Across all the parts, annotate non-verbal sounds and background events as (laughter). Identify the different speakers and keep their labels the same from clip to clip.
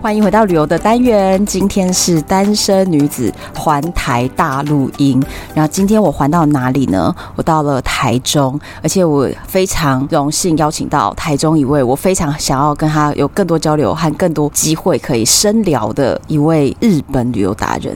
Speaker 1: 欢迎回到旅游的单元，今天是单身女子环台大录音。然后今天我环到哪里呢？我到了台中，而且我非常荣幸邀请到台中一位我非常想要跟他有更多交流和更多机会可以深聊的一位日本旅游达人。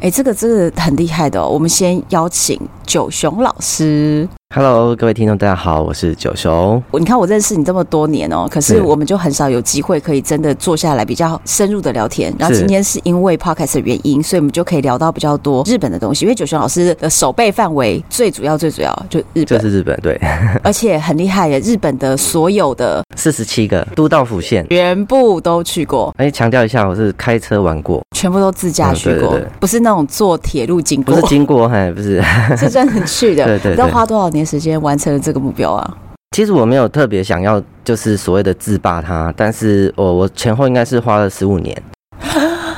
Speaker 1: 哎，这个真的很厉害的、哦。我们先邀请九雄老师。
Speaker 2: Hello，各位听众，大家好，我是九雄。
Speaker 1: 我你看我认识你这么多年哦，可是
Speaker 2: 是
Speaker 1: 我们就很少有机会可以真的坐下来比较深入的聊天。然后
Speaker 2: 是
Speaker 1: 今天是因为 podcast 的原因，所以我们就可以聊到比较多日本的东西。因为九雄老师的手背范围最主要最主要就日
Speaker 2: 这
Speaker 1: 本，
Speaker 2: 是日本，对， (laughs)
Speaker 1: 而且很厉害耶！日本的所有的
Speaker 2: 四十七个都道府县。
Speaker 1: 全部都去过，
Speaker 2: 而且强调一下，我是开车玩过，
Speaker 1: 全部都自驾
Speaker 2: 嗯
Speaker 1: 去
Speaker 2: 对
Speaker 1: 过，
Speaker 2: 对对
Speaker 1: 不是那种坐铁路经
Speaker 2: 不
Speaker 1: 过
Speaker 2: 是，经过，还不是。 (laughs)
Speaker 1: (laughs) 是真的去的。
Speaker 2: 对对对
Speaker 1: 你知道花多少年时间完成了这个目标啊？
Speaker 2: 其实我没有特别想要，就是所谓的自霸它，但是我我前后应该是花了十五
Speaker 1: (laughs)
Speaker 2: 年。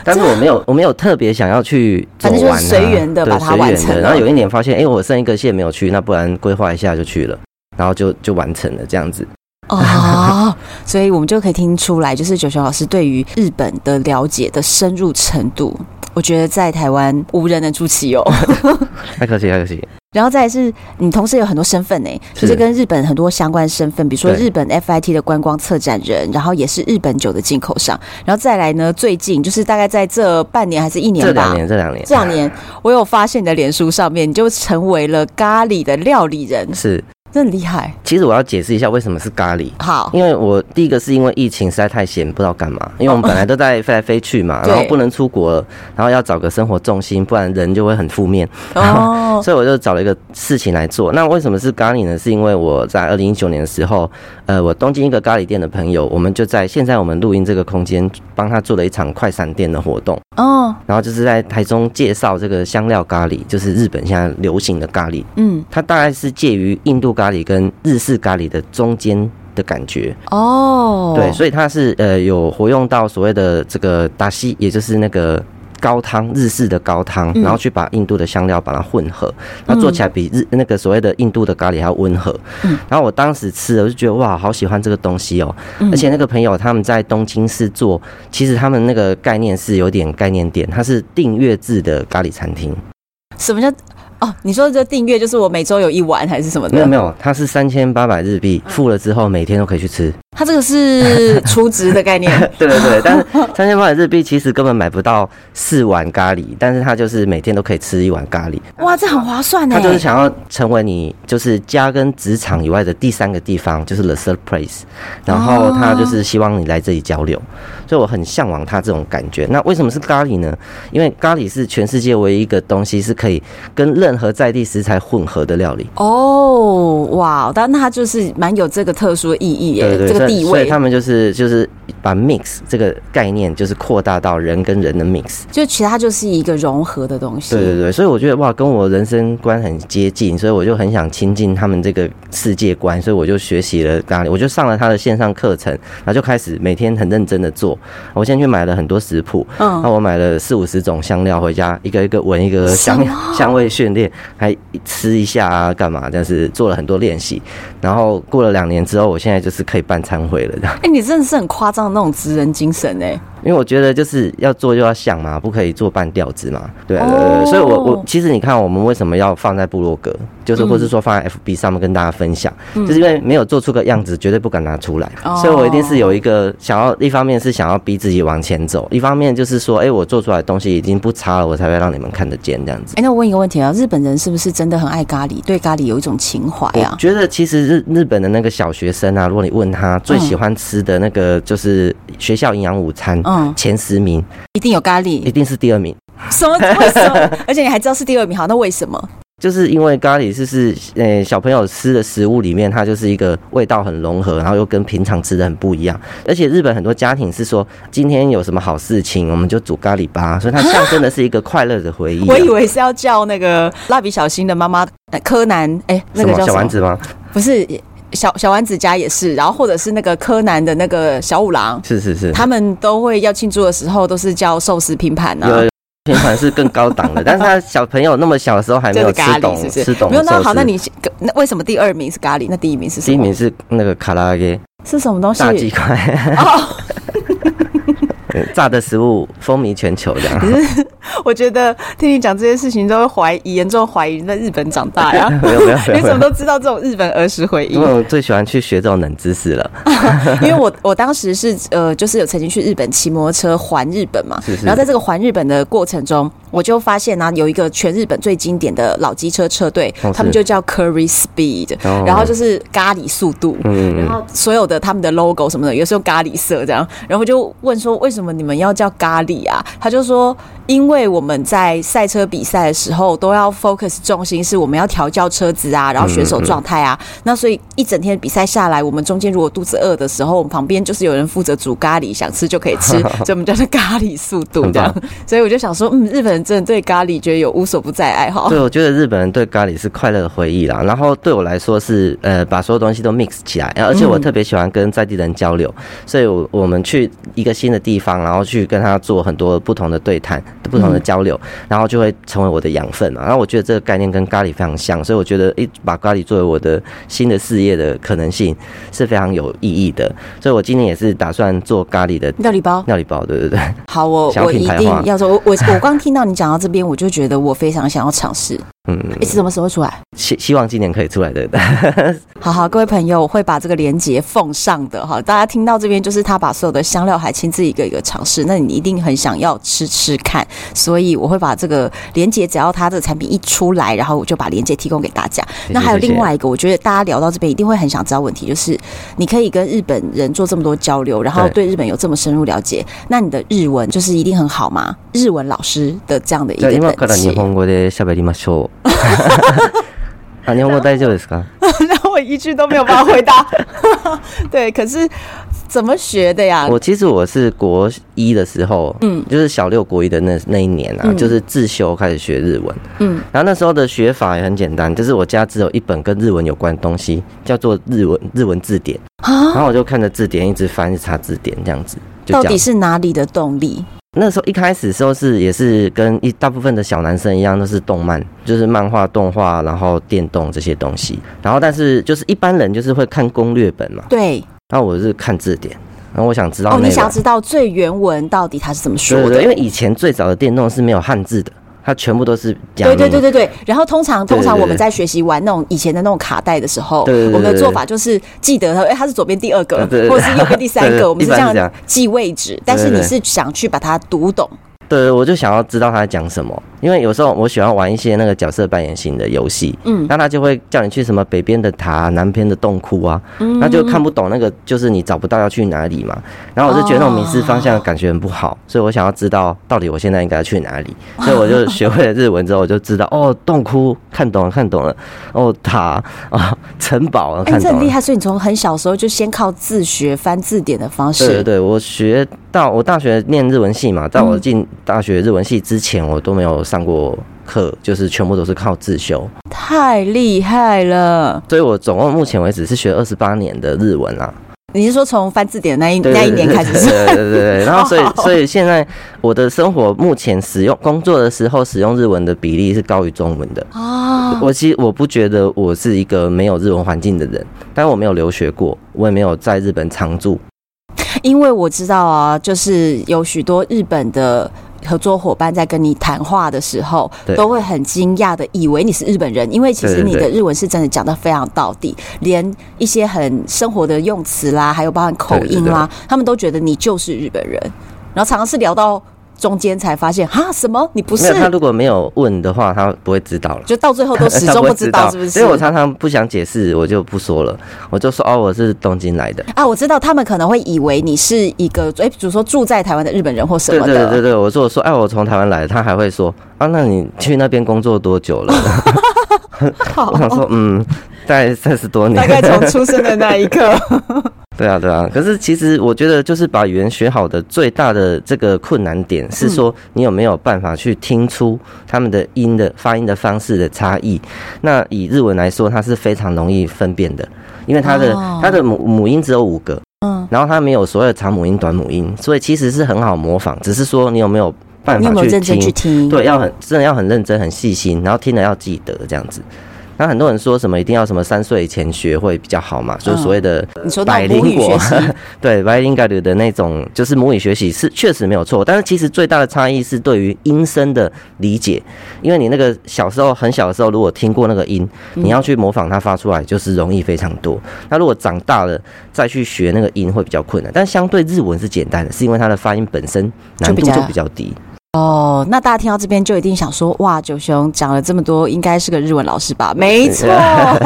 Speaker 2: 但是我没有，我没有特别想要去走
Speaker 1: 反正
Speaker 2: 完、啊，
Speaker 1: 就是随缘地
Speaker 2: 对
Speaker 1: 把它
Speaker 2: 随缘
Speaker 1: 完成
Speaker 2: 的
Speaker 1: 了
Speaker 2: 然后有一年发现，哎、我剩一个线没有去，那不然规划一下就去了，然后就就完成了这样子。
Speaker 1: 哦， (laughs) 所以我们就可以听出来，就是九雄老师对于日本的了解的深入程度，我觉得在台湾无人能出其
Speaker 2: (laughs)
Speaker 1: 右。
Speaker 2: 太可惜，太可惜。
Speaker 1: 然后再来是你同时有很多身份呢、
Speaker 2: 是
Speaker 1: 就是跟日本很多相关身份，比如说
Speaker 2: 对
Speaker 1: 日本 FIT 的观光策展人，然后也是日本酒的进口商。然后再来呢，最近就是大概在这半年还是一年
Speaker 2: 这
Speaker 1: 吧，
Speaker 2: 两年，这两年
Speaker 1: 这两年我有发现你的脸书上面，你就成为了咖喱的料理人，
Speaker 2: 是。
Speaker 1: 真的很厉害。
Speaker 2: 其实我要解释一下为什么是咖喱， (laughs)
Speaker 1: 好，
Speaker 2: 因为我第一个是因为疫情实在太闲，不知道干嘛。因为我们本来都在飞来飞去
Speaker 1: (laughs)
Speaker 2: 嘛，
Speaker 1: 对
Speaker 2: 然后不能出国了，然后要找个生活重心，不然人就会很负面。
Speaker 1: 哦，
Speaker 2: 所以我就找了一个事情来做。那为什么是咖喱呢？是因为我在二零一九年的时候，呃，我东京一个咖喱店的朋友，我们就在现在我们录音这个空间帮他做了一场快闪店的活动，
Speaker 1: 哦，
Speaker 2: 然后就是在台中介绍这个香料咖喱，就是日本现在流行的咖喱，
Speaker 1: 嗯，
Speaker 2: 它大概是介于印度咖喱跟日式咖喱的中间的感觉。
Speaker 1: 哦，
Speaker 2: 对，所以它是呃有活用到所谓的这个达西，也就是那个高汤日式的高汤，
Speaker 1: 嗯
Speaker 2: 然后去把印度的香料把它混合，那做起来比日那个所谓的印度的咖喱还要温和。
Speaker 1: 嗯
Speaker 2: 然后我当时吃了，我就觉得哇，好喜欢这个东西哦。
Speaker 1: 嗯
Speaker 2: 而且那个朋友他们在东京是做，其实他们那个概念是有点概念店，它是订阅制的咖喱餐厅。
Speaker 1: 什么叫哦？你说这订阅就是我每周有一碗还是什么的？
Speaker 2: 没有没有，它是三千八百日
Speaker 1: 嗯
Speaker 2: 币，付了之后每天都可以去吃。
Speaker 1: 它这个是出值的概 (laughs) 念。
Speaker 2: 对对对，但是三千八百日币其实根本买不到四碗咖喱，但是他就是每天都可以吃一碗咖喱，
Speaker 1: 哇，这很划算欸呢
Speaker 2: 他。就是想要成为你就是家跟职场以外的第三个地方，就是 the third place，然后
Speaker 1: 哦
Speaker 2: 他就是希望你来这里交流，所以我很向往他这种感觉。那为什么是咖喱呢？因为咖喱是全世界唯一一个东西是可以跟任何在地食材混合的料理。
Speaker 1: 哦，哇，但那它就是蛮有这个特殊的意义耶，
Speaker 2: 对对，
Speaker 1: 这个
Speaker 2: 所以
Speaker 1: 地
Speaker 2: 所以
Speaker 1: 位
Speaker 2: 他。们就是就是把 mix 这个概念就是扩大到人跟人的 mix。
Speaker 1: 就其他就是一个融合的东西。
Speaker 2: 对对对，所以我觉得哇，跟我人生观很接近，所以我就很想亲近他们这个世界观，所以我就学习了咖喱，我就上了他的线上课程，然后就开始每天很认真的做。哦我先去买了很多食谱，那
Speaker 1: 嗯，
Speaker 2: 我买了四五十种香料回家，一个一个闻，一个香香味训练，还吃一下啊，干嘛？但是做了很多练习，然后过了两年之后，我现在就是可以办餐会了这样。
Speaker 1: 哎、你真的是很夸张的那种职人精神哎。
Speaker 2: 因为我觉得就是要做就要像嘛，不可以做半吊子嘛。对啊对啊对
Speaker 1: 哦
Speaker 2: 啊，所以我我其实你看我们为什么要放在部落格，就是或是说
Speaker 1: 嗯
Speaker 2: 放在 FB 上面跟大家分享，就是因为没有做出个样子，绝对不敢拿出来。
Speaker 1: 哦
Speaker 2: 所以我一定是有一个想要，一方面是想要逼自己往前走，一方面就是说，哎、我做出来的东西已经不差了，我才会让你们看得见这样子。
Speaker 1: 哎、那我问一个问题啊，日本人是不是真的很爱咖喱？对咖喱有一种情怀
Speaker 2: 我
Speaker 1: 啊？
Speaker 2: 觉得其实日日本的那个小学生啊，如果你问
Speaker 1: 嗯
Speaker 2: 他最喜欢吃的那个就是学校营养午餐
Speaker 1: 嗯，
Speaker 2: 前十名，
Speaker 1: 一定有咖喱
Speaker 2: 一。定是第二名。
Speaker 1: (laughs) 什么？为什么？而且你还知道是第二名，好，那为什么？
Speaker 2: 就是因为咖喱就是呃小朋友吃的食物里面，它就是一个味道很融合，然后又跟平常吃的很不一样。而且日本很多家庭是说，今天有什么好事情，我们就煮咖喱吧，所以它象征的是一个快乐的回忆、啊。
Speaker 1: 我以为是要叫那个蜡笔小新的妈妈呃柯南，哎、那
Speaker 2: 什
Speaker 1: 个
Speaker 2: 么
Speaker 1: 叫什
Speaker 2: 小
Speaker 1: 么
Speaker 2: 丸子吗？
Speaker 1: 不是小小丸子家也是，然后或者是那个柯南的那个小五郎，
Speaker 2: 是是是，
Speaker 1: 他们都会要庆祝的时候都是叫寿司拼盘
Speaker 2: 有
Speaker 1: 啊
Speaker 2: 有。拼盘是更高档的，但是他小朋友那么小的时候还没
Speaker 1: 就
Speaker 2: 有
Speaker 1: 是
Speaker 2: 吃
Speaker 1: 咖
Speaker 2: 懂
Speaker 1: 喱，是不
Speaker 2: 吃
Speaker 1: 是？
Speaker 2: 懂
Speaker 1: 没有那
Speaker 2: 寿
Speaker 1: 好，
Speaker 2: 司
Speaker 1: 那你那为什么第二名是咖喱？那第一名是什
Speaker 2: 第一
Speaker 1: 么？
Speaker 2: 名是那个卡拉给
Speaker 1: 是什么东
Speaker 2: 炸
Speaker 1: 西？
Speaker 2: 鸡块，
Speaker 1: 哦，
Speaker 2: 炸的食物风靡全球这样。
Speaker 1: 我觉得听你讲这些事情都会怀疑，严重怀疑你在日本长大
Speaker 2: (laughs)
Speaker 1: 呀。
Speaker 2: 没有没有没
Speaker 1: 你
Speaker 2: 有没
Speaker 1: 怎么
Speaker 2: 有，
Speaker 1: 都知道这种日本儿时回忆
Speaker 2: 因？为我最喜欢去学这种冷知识了。
Speaker 1: 因为我我当时是呃，就是有曾经去日本骑摩托车环日本嘛，
Speaker 2: 是是
Speaker 1: 然后在这个环日本的过程中，我就发现呢、有一个全日本最经典的老机车车队，
Speaker 2: 哦
Speaker 1: 他们
Speaker 2: 是
Speaker 1: 就叫 Curry Speed，、
Speaker 2: 哦
Speaker 1: 然后就是咖喱速度。
Speaker 2: 嗯
Speaker 1: 然，后所有的他们的 logo 什么的，有时候咖喱色这样，然后我就问说为什么你们要叫咖喱啊？他就说，因为我们在赛车比赛的时候都要 focus 重心是我们要调教车子啊，然后选手状态啊，
Speaker 2: 嗯
Speaker 1: 那所以一整天比赛下来，我们中间如果肚子饿的时候，我们旁边就是有人负责煮咖喱，想吃就可以
Speaker 2: (laughs)
Speaker 1: 吃，所以我们叫做咖喱速度这样
Speaker 2: 很。
Speaker 1: 所以我就想说，嗯，日本人真的对咖喱觉得有无所不在爱好
Speaker 2: 对，。我觉得日本人对咖喱是快乐的回忆啦。然后对我来说是呃，把所有东西都 mix 起来，呃而且我特别喜欢跟在地人交流，所以我我们去一个新的地方，然后去跟他做很多不同的对谈、不同的交流，然后就会成为我的养分嘛。然后我觉得这个概念跟咖喱非常像，所以我觉得一把咖喱作为我的新的事业的可能性是非常有意义的。所以我今年也是打算做咖喱的
Speaker 1: 料理包。
Speaker 2: 料理包，对对对。
Speaker 1: 好，我
Speaker 2: 想要
Speaker 1: 我一
Speaker 2: 品牌
Speaker 1: 定
Speaker 2: 化
Speaker 1: 要说，我我我刚听到你讲到这边，我就觉得我非常想要尝试。
Speaker 2: 嗯，
Speaker 1: 一直什么时候出来？
Speaker 2: 希希望今年可以出来的。
Speaker 1: 好好，各位朋友，我会把这个链接奉上的哈。大家听到这边，就是他把所有的香料还亲自一个一个尝试，那你一定很想要吃吃看，所以我会把这个链接，只要他这个产品一出来，然后我就把链接提供给大家。
Speaker 2: 谢
Speaker 1: 那还有
Speaker 2: 谢谢
Speaker 1: 另外一个，我觉得大家聊到这边一定会很想知道问题，就是你可以跟日本人做这么多交流，然后对日本有这么深入了解，那你的日文就是一定很好吗？日文老师的这样的一
Speaker 2: じゃあ今
Speaker 1: 个
Speaker 2: か
Speaker 1: 等
Speaker 2: ら
Speaker 1: 级。
Speaker 2: 日本語で喋りましょ
Speaker 1: (laughs)
Speaker 2: う。あ、日本語大丈夫ですか？
Speaker 1: 然后我一句都没有办法回答。 (laughs) 对，可是怎么学的呀？
Speaker 2: 我其实我是国一的时候，嗯，就是小六国一的那那一年啊，就是自修开始学日文，
Speaker 1: 嗯
Speaker 2: 嗯，然后那时候的学法也很简单，就是我家只有一本跟日文有关的东西，叫做日文日文字典，
Speaker 1: 啊，
Speaker 2: 然后我就看着字典一直翻，一直查字典这样子，就
Speaker 1: 到
Speaker 2: 这样
Speaker 1: 底。是哪里的动力？
Speaker 2: 那时候一开始的时候是也是跟一大部分的小男生一样，都是动漫，就是漫画、动画，然后电动这些东西。然后但是就是一般人就是会看攻略本嘛，
Speaker 1: 对，
Speaker 2: 那我是看字典，然后我想知道
Speaker 1: 哦，
Speaker 2: 内
Speaker 1: 你
Speaker 2: 容。
Speaker 1: 想知道最原文到底它是怎么说
Speaker 2: 对对
Speaker 1: 的
Speaker 2: 对，？因为以前最早的电动是没有汉字的，它全部都是假
Speaker 1: 对
Speaker 2: 名。
Speaker 1: 对对对对，然后通常
Speaker 2: 对对
Speaker 1: 通常
Speaker 2: 对
Speaker 1: 我们在学习玩那种以前的那种卡带的时候，
Speaker 2: 对对对
Speaker 1: 我们的做法就是记得它，哎，它是左边第二个，
Speaker 2: 对对对
Speaker 1: 或者是右边第三
Speaker 2: (laughs) 对对
Speaker 1: 个，
Speaker 2: 对
Speaker 1: 我们是
Speaker 2: 一
Speaker 1: 这
Speaker 2: 般是
Speaker 1: 样记位置。但是
Speaker 2: 对对
Speaker 1: 你
Speaker 2: 对
Speaker 1: 是想去把它读懂，
Speaker 2: 对，我就想要知道他在讲什么，因为有时候我喜欢玩一些那个角色扮演型的游戏，
Speaker 1: 嗯
Speaker 2: 嗯，那他就会叫你去什么北边的塔啊、南边的洞窟啊，
Speaker 1: 嗯
Speaker 2: 那就看不懂那个，就是你找不到要去哪里嘛。然后我就觉得那种迷失方向的感觉很不
Speaker 1: 哦
Speaker 2: 好，所以我想要知道到底我现在应该要去哪
Speaker 1: (laughs)
Speaker 2: 里，所以我就学会了日文之后，我就知道哦，洞窟看懂了，看懂了，哦塔啊城堡
Speaker 1: 哎，
Speaker 2: 看
Speaker 1: 这很
Speaker 2: 懂
Speaker 1: 厉
Speaker 2: 了。
Speaker 1: 害，所以你从很小时候就先靠自学翻字典的方
Speaker 2: 对对
Speaker 1: 式。
Speaker 2: 对，我学到我大学念日文系嘛，在
Speaker 1: 嗯
Speaker 2: 我进大学日文系之前，我都没有上过课，就是全部都是靠自修。
Speaker 1: 太厉害了！
Speaker 2: 所以我总共目前为止是学二十八年的日文啦。
Speaker 1: 你是说从翻字典的那一
Speaker 2: 对
Speaker 1: 那一年开始哦是？
Speaker 2: 对对对对对。然后所
Speaker 1: 好好
Speaker 2: 以所以现在我的生活目前使用工作的时候使用日文的比例是高于中文的。
Speaker 1: 啊，
Speaker 2: 我其实我不觉得我是一个没有日文环境的人，但我没有留学过，我也没有在日本常住。
Speaker 1: 因为我知道啊，就是有许多日本的。合作伙伴在跟你谈话的时候，
Speaker 2: 对
Speaker 1: 都会很惊讶的以为你是日本人，因为其实
Speaker 2: 对对
Speaker 1: 你的
Speaker 2: 对
Speaker 1: 日文是真的讲的非常到底，连一些很生活的用词啦，还有包含口音啦，他们都觉得你就是日本人。然后常常是聊到中间才发现哈什么你不
Speaker 2: 没
Speaker 1: 是
Speaker 2: 有，他如果没有问的话，他不会知道了。
Speaker 1: 就到最后都始
Speaker 2: (laughs) 他
Speaker 1: 终
Speaker 2: 会
Speaker 1: 不知道是不是？
Speaker 2: 所以我常常不想解释，我就不说了，我就说哦，我是东京来的。
Speaker 1: 啊，我知道他们可能会以为你是一个哎、比如说住在台湾的日本人或什
Speaker 2: 对
Speaker 1: 么
Speaker 2: 对
Speaker 1: 的，
Speaker 2: 对对对，我说我说哎，我从台湾来的，他还会说啊，那你去那边工作多久了？ (laughs)
Speaker 1: (laughs)
Speaker 2: 我想说嗯，大概三十多
Speaker 1: 大
Speaker 2: 年。
Speaker 1: 概从出生的那一刻，
Speaker 2: (laughs) 对啊，对啊。可是其实我觉得，就是把语言学好的最大的这个困难点
Speaker 1: 嗯
Speaker 2: 是说，你有没有办法去听出他们的音的发音的方式的差异？那以日文来说，它是非常容易分辨的，因为它的、
Speaker 1: 哦
Speaker 2: 它的母母音只有五个，
Speaker 1: 嗯，
Speaker 2: 然后它没有所谓的长母音、短母音，所以其实是很好模仿，只是说你有没有办
Speaker 1: 你有没
Speaker 2: 法
Speaker 1: 有
Speaker 2: 去
Speaker 1: 认真去
Speaker 2: 听？
Speaker 1: 听？
Speaker 2: 对，要很真的要很认真、很细心，然后听了要记得这样子。那很多人说什么一定要什么三岁以前学会比较好嘛，就是所谓的
Speaker 1: 你说到
Speaker 2: 百
Speaker 1: 母
Speaker 2: 灵
Speaker 1: 语
Speaker 2: 果
Speaker 1: 学习，
Speaker 2: (laughs)
Speaker 1: (laughs)
Speaker 2: 对 b i l i n g u a 的那种，就是母语学习是确实没有错，但是其实最大的差异是对于音声的理解，因为你那个小时候很小的时候，如果听过那个音，
Speaker 1: 嗯
Speaker 2: 你要去模仿它发出来，就是容易非常多。那如果长大了再去学那个音会比较困难，但相对日文是简单的，是因为它的发音本身难度
Speaker 1: 就比较
Speaker 2: 就比较低。
Speaker 1: 哦，那大家听到这边就一定想说，哇，九雄讲了这么多，应该是个日文老师吧？没错，
Speaker 2: (laughs)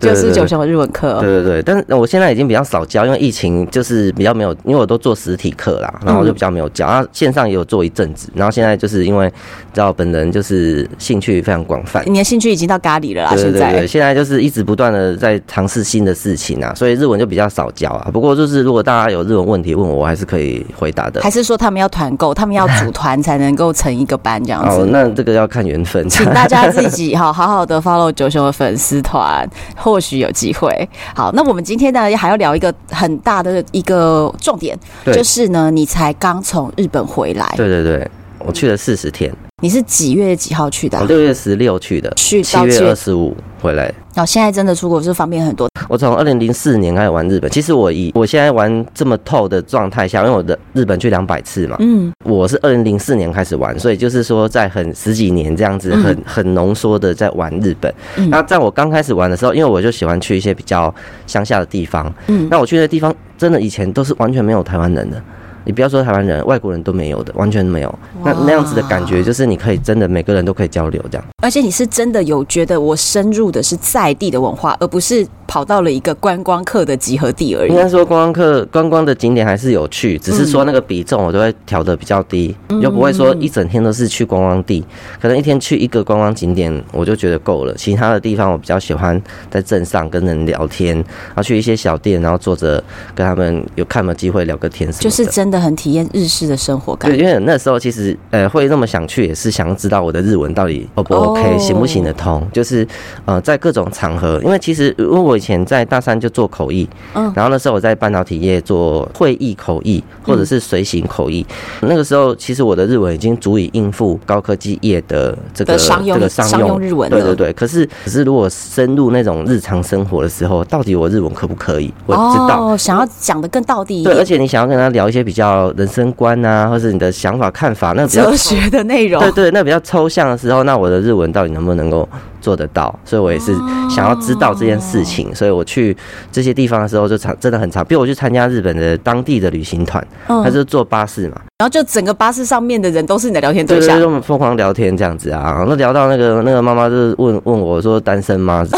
Speaker 2: 对
Speaker 1: 就是九雄的日文课。
Speaker 2: 对对对，但是我现在已经比较少教，因为疫情就是比较没有，因为我都做实体课啦，
Speaker 1: 嗯
Speaker 2: 然后就比较没有教。然后线上也有做一阵子，然后现在就是因为知道本人就是兴趣非常广泛。
Speaker 1: 你的兴趣已经到咖喱了啦，
Speaker 2: 对
Speaker 1: 啊
Speaker 2: 对
Speaker 1: 现
Speaker 2: 对对，
Speaker 1: 在
Speaker 2: 现在就是一直不断的在尝试新的事情啊，所以日文就比较少教啊。不过就是如果大家有日文问题问我，我还是可以回答的
Speaker 1: 还。是说他们要团购，他们要组团才能够成一个班这样
Speaker 2: 哦，
Speaker 1: 子。
Speaker 2: 那这个要看缘分。
Speaker 1: 请大家自己 (laughs) 好好好的 follow 九雄的粉丝团，或许有机会。好，那我们今天呢还要聊一个很大的一个重点，
Speaker 2: (laughs) 对
Speaker 1: 就是呢，你才刚从日本回来，
Speaker 2: 对对对，我去了四十天，
Speaker 1: 你是几月几号去的啊、
Speaker 2: 我六月十六去的，
Speaker 1: 去
Speaker 2: 七
Speaker 1: 到
Speaker 2: 月
Speaker 1: 七
Speaker 2: 二
Speaker 1: 月，
Speaker 2: 十五回来。
Speaker 1: 哦，现在真的出国是方便很多。
Speaker 2: 我从二零零四年开始玩日本，其实我以我现在玩这么透的状态下，因为我的日本去两百次嘛，
Speaker 1: 嗯，
Speaker 2: 我是二零零四年开始玩，所以就是说在很十几年这样子
Speaker 1: 嗯
Speaker 2: 很、很浓缩的在玩日本。
Speaker 1: 嗯
Speaker 2: 那在我刚开始玩的时候，因为我就喜欢去一些比较乡下的地方，
Speaker 1: 嗯
Speaker 2: 那我去的地方真的以前都是完全没有台湾人的。你不要说台湾人，外国人都没有的，完全没有。那
Speaker 1: 哇
Speaker 2: 那样子的感觉就是，你可以真的每个人都可以交流这样。
Speaker 1: 而且你是真的有觉得我深入的是在地的文化，而不是跑到了一个观光客的集合地而已
Speaker 2: 应。该说观光客观光的景点还是有去，只是
Speaker 1: 嗯
Speaker 2: 说那个比重我都会调的比较低，就不会说一整天都是去观光地，可能一天去一个观光景点我就觉得够了。其他的地方我比较喜欢在镇上跟人聊天，然后去一些小店，然后坐着跟他们有看有没有机会聊个天什么的。
Speaker 1: 就是真的很体验日式的生活感
Speaker 2: 对，。因为那时候其实呃会那么想去，也是想要知道我的日文到底 O 不 OK，、
Speaker 1: 哦
Speaker 2: 行不行得通。就是呃在各种场合，因为其实呃因为我以前在大三就做口译，
Speaker 1: 嗯
Speaker 2: 然后那时候我在半导体业做会议口译或
Speaker 1: 嗯
Speaker 2: 者是随行口译，那个时候其实我的日文已经足以应付高科技业的这个
Speaker 1: 的商用
Speaker 2: 这个商
Speaker 1: 商用日文了
Speaker 2: 对对对。可是可是如果深入那种日常生活的时候，到底我日文可不可以？我知道。
Speaker 1: 哦，想要讲的更到底一
Speaker 2: 对，而
Speaker 1: 点，
Speaker 2: 且你想要跟他聊一些比较人生观啊，或是你的想法、看法，那比较
Speaker 1: 哲学的内容
Speaker 2: 对。对，那比较抽象的时候，那我的日文到底能不能够做得到？所以我也是想要知道这件事情，所以我去这些地方的时候就常真的很长，比如我去参加日本的当地的旅行团，
Speaker 1: 嗯
Speaker 2: 他就坐巴士嘛，
Speaker 1: 然后就整个巴士上面的人都是你的聊天
Speaker 2: 对
Speaker 1: 对
Speaker 2: 对
Speaker 1: 象
Speaker 2: 对，，我们疯狂聊天这样子啊，那聊到那个那个妈妈就是问问我说单身吗？ (laughs)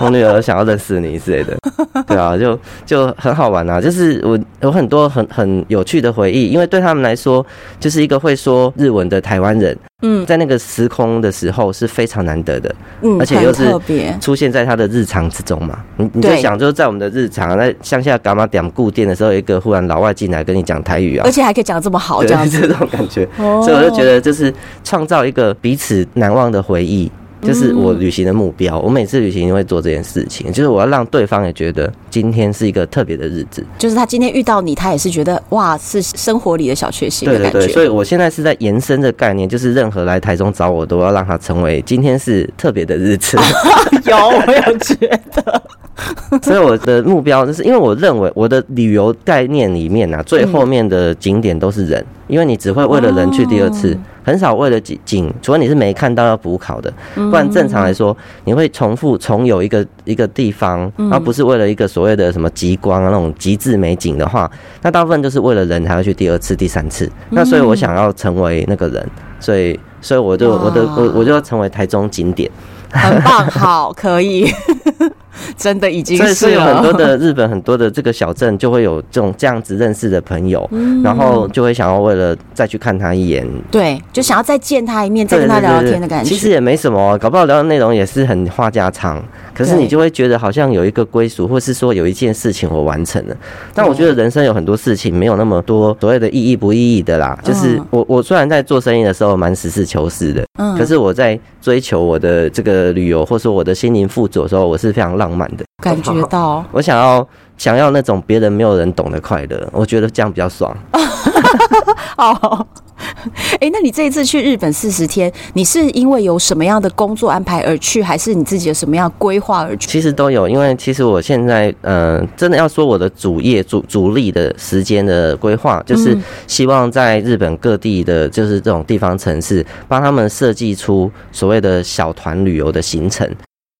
Speaker 2: 我女儿想要认识你之类的，对啊，就就很好玩啊。就是我有很多很很有趣的回忆，因为对他们来说，就是一个会说日文的台湾人，
Speaker 1: 嗯，
Speaker 2: 在那个时空的时候是非常难得的，
Speaker 1: 嗯，
Speaker 2: 而且
Speaker 1: 很
Speaker 2: 又是
Speaker 1: 特别。
Speaker 2: 出现在他的日常之中嘛。你你就
Speaker 1: 对
Speaker 2: 想，就是在我们的日常，在乡下伽马点固店的时候，有一个忽然老外进来跟你讲台语啊，
Speaker 1: 而且还可以讲得这么好，
Speaker 2: 对
Speaker 1: 这样子，
Speaker 2: (laughs) 这种感觉，
Speaker 1: 哦
Speaker 2: 所以我就觉得就是创造一个彼此难忘的回忆，
Speaker 1: 嗯
Speaker 2: 就是我旅行的目标。我每次旅行都会做这件事情，就是我要让对方也觉得今天是一个特别的日子。
Speaker 1: 就是他今天遇到你，他也是觉得哇，是生活里的小确幸的
Speaker 2: 对对
Speaker 1: 感觉。
Speaker 2: 对，所以我现在是在延伸这概念，就是任何来台中找
Speaker 1: (laughs)
Speaker 2: 我，都要让他成为今天是特别的日子。
Speaker 1: 哦
Speaker 2: (laughs)
Speaker 1: 有，我有觉得。
Speaker 2: 所以我的目标就是，因为我认为我的旅游概念里面啊，最后面的景点都是人，因为你只会为了人去第二次，
Speaker 1: 哦
Speaker 2: 很少为了景景，除非你是没看到要补考的，不然正常来说，你会重复重游一个一个地方，而不是为了一个所谓的什么极光啊那种极致美景的话，那大部分就是为了人才会去第二次、第三次。那所以我想要成为那个人，所以所以我就我的我我就要成为台中景点。
Speaker 1: 很棒，好，可以， (laughs) 真的已经
Speaker 2: 所以是
Speaker 1: 是啊
Speaker 2: 有
Speaker 1: 了
Speaker 2: 很多的日本很多的这个小镇就会有这种这样子认识的朋友，
Speaker 1: 嗯
Speaker 2: 然后就会想要为了再去看他一眼，
Speaker 1: (laughs) 对，就想要再见他一面，再跟他聊聊天的感觉。
Speaker 2: 其实也没什么，搞不好聊的内容也是很话家常，可是你就会觉得好像有一个归属，或是说有一件事情我完成了。但我觉得人生有很多事情没有那么多所谓的意义不意义的啦。就是
Speaker 1: 嗯
Speaker 2: 我我虽然在做生意的时候蛮实事求是的，
Speaker 1: 嗯
Speaker 2: 可是我在追求我的这个旅游或说我的心灵富足的时候，我是非常浪漫的。
Speaker 1: 感觉到，
Speaker 2: 我想要想要那种别人没有人懂的快乐，我觉得这样比较爽。
Speaker 1: 哦， (laughs) 哎，那你这一次去日本四十天，你是因为有什么样的工作安排而去，还是你自己有什么样的规划而去？
Speaker 2: 其实都有，因为其实我现在呃，真的要说我的主业主主力的时间的规划，就是希望在日本各地的，就是这种地方城市，帮他们设计出所谓的小团旅游的行程。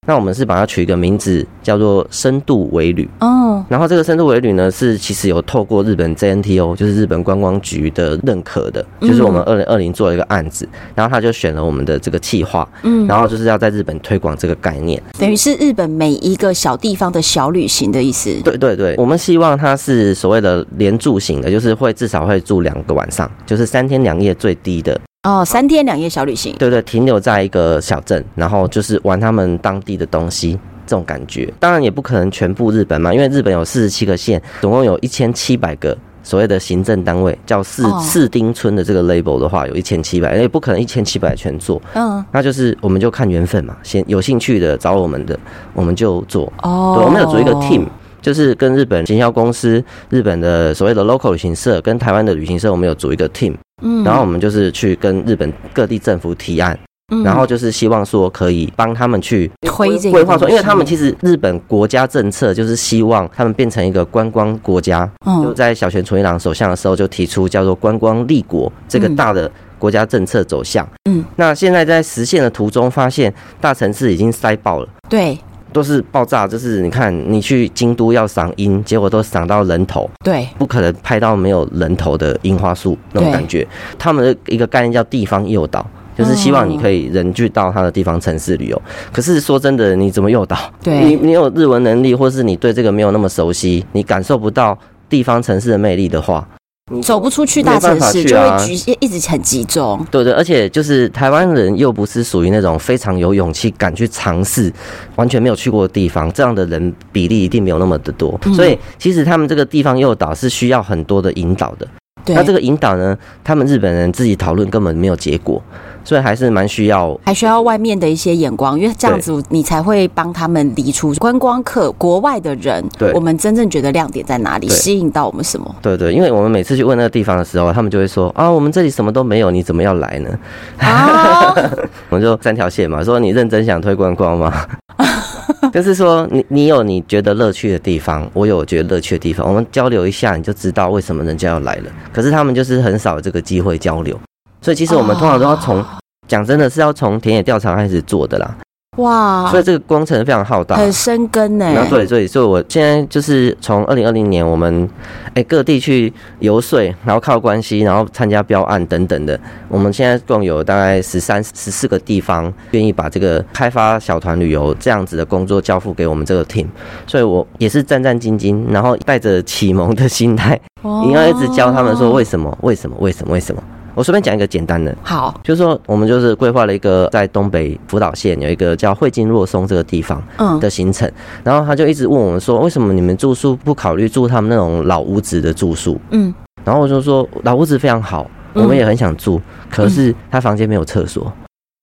Speaker 2: 那我们是把它取一个名字，叫做“深度微旅”。
Speaker 1: 哦，
Speaker 2: 然后这个深度微旅呢，是其实有透过日本 JNTO，就是日本观光局的认可的，就是我们二零二零做了一个案子，然后他就选了我们的这个企划，
Speaker 1: 嗯，
Speaker 2: 然后就是要在日本推广这个概念。
Speaker 1: 等于是日本每一个小地方的小旅行的意思。
Speaker 2: 对对对，我们希望它是所谓的连住型的，就是会至少会住两个晚上，就是三天两夜最低的。
Speaker 1: 哦，三天两夜小旅行。
Speaker 2: 对对，停留在一个小镇，然后就是玩他们当地的东西。这种感觉，当然也不可能全部日本嘛，因为日本有四十七个县，总共有一千七百个所谓的行政单位，叫四
Speaker 1: 哦
Speaker 2: 四丁村的这个 label 的话，有一千七百，也不可能一千七百全做，
Speaker 1: 嗯，
Speaker 2: 那就是我们就看缘分嘛，先有兴趣的找我们的，我们就做，
Speaker 1: 哦
Speaker 2: 对，我们有组一个 team，就是跟日本行销公司、日本的所谓的 local 旅行社跟台湾的旅行社，我们有组一个 team，
Speaker 1: 嗯
Speaker 2: 然后我们就是去跟日本各地政府提案，
Speaker 1: 嗯
Speaker 2: 然后就是希望说可以帮他们去
Speaker 1: 推这个
Speaker 2: 规划说，
Speaker 1: 东
Speaker 2: 因为他们
Speaker 1: 西
Speaker 2: 其实日本国家政策就是希望他们变成一个观光国家，就
Speaker 1: 嗯
Speaker 2: 在小泉纯一郎首相的时候就提出叫做观光立国这个大的国家政策走向。
Speaker 1: 嗯，
Speaker 2: 那现在在实现的途中，发现大城市已经塞爆了。
Speaker 1: 对
Speaker 2: 都是爆炸，就是你看你去京都要赏樱，结果都赏到人头，
Speaker 1: 对
Speaker 2: 不可能拍到没有人头的樱花树那种
Speaker 1: 对
Speaker 2: 感觉。他们的一个概念叫地方诱导，就是希望
Speaker 1: 哦
Speaker 2: 你可以人去到他的地方城市旅游。可是说真的，你怎么诱导？
Speaker 1: 对
Speaker 2: 你你有日文能力，或是你对这个没有那么熟悉，你感受不到地方城市的魅力的话，
Speaker 1: 走不出去大城
Speaker 2: 没办法
Speaker 1: 市，
Speaker 2: 去
Speaker 1: 就
Speaker 2: 啊
Speaker 1: 会局一直很集中。
Speaker 2: 对对，而且就是台湾人又不是属于那种非常有勇气敢去尝试完全没有去过的地方，这样的人比例一定没有那么的多。
Speaker 1: 嗯
Speaker 2: 所以其实他们这个地方诱导是需要很多的引导的。
Speaker 1: 对，
Speaker 2: 那这个引导呢，他们日本人自己讨论根本没有结果，所以还是蛮需要。
Speaker 1: 还需要外面的一些眼光，因为这样子你才会帮他们理出观光客、国外的人，
Speaker 2: 对
Speaker 1: 我们真正觉得亮点在哪里，
Speaker 2: 对
Speaker 1: 吸引到我们什
Speaker 2: (laughs)
Speaker 1: 么？
Speaker 2: 对对，因为我们每次去问那个地方的时候，他们就会说啊，我们这里什么都没有，你怎么要来呢？
Speaker 1: 啊， (laughs)
Speaker 2: 我们就三条线嘛，说你认真想推观光吗？ (laughs) 就是说你你有你觉得乐趣的地方，我有觉得乐趣的地方，我们交流一下，你就知道为什么人家要来了。可是他们就是很少有这个机会交流，所以其实我们通常都要从讲真的是要从田野调查开始做的啦，
Speaker 1: 哇
Speaker 2: 所，以这啊个工程非常浩大。
Speaker 1: 很深根呢、欸
Speaker 2: 然后对对，所以我现在就是从二零二零年，我们哎各地去游说，然后靠关系，然后参加标案等等的。我们现在共有大概十三、十四个地方愿意把这个开发小团旅游这样子的工作交付给我们这个 team，所以我也是战战兢兢，然后带着启蒙的心态， (laughs)
Speaker 1: 哦
Speaker 2: 你要一直教他们说为什么、为什么、为什么、为什么。我随便讲一个简单的，
Speaker 1: 好，
Speaker 2: 就是说我们就是规划了一个在东北福岛县有一个叫惠津若松这个地方，
Speaker 1: 嗯，
Speaker 2: 的行程，然后他就一直问我们说，为什么你们住宿不考虑住他们那种老屋子的住宿？
Speaker 1: 嗯，
Speaker 2: 然后我就说老屋子非常好，我们也很想住，可是他房间没有厕所，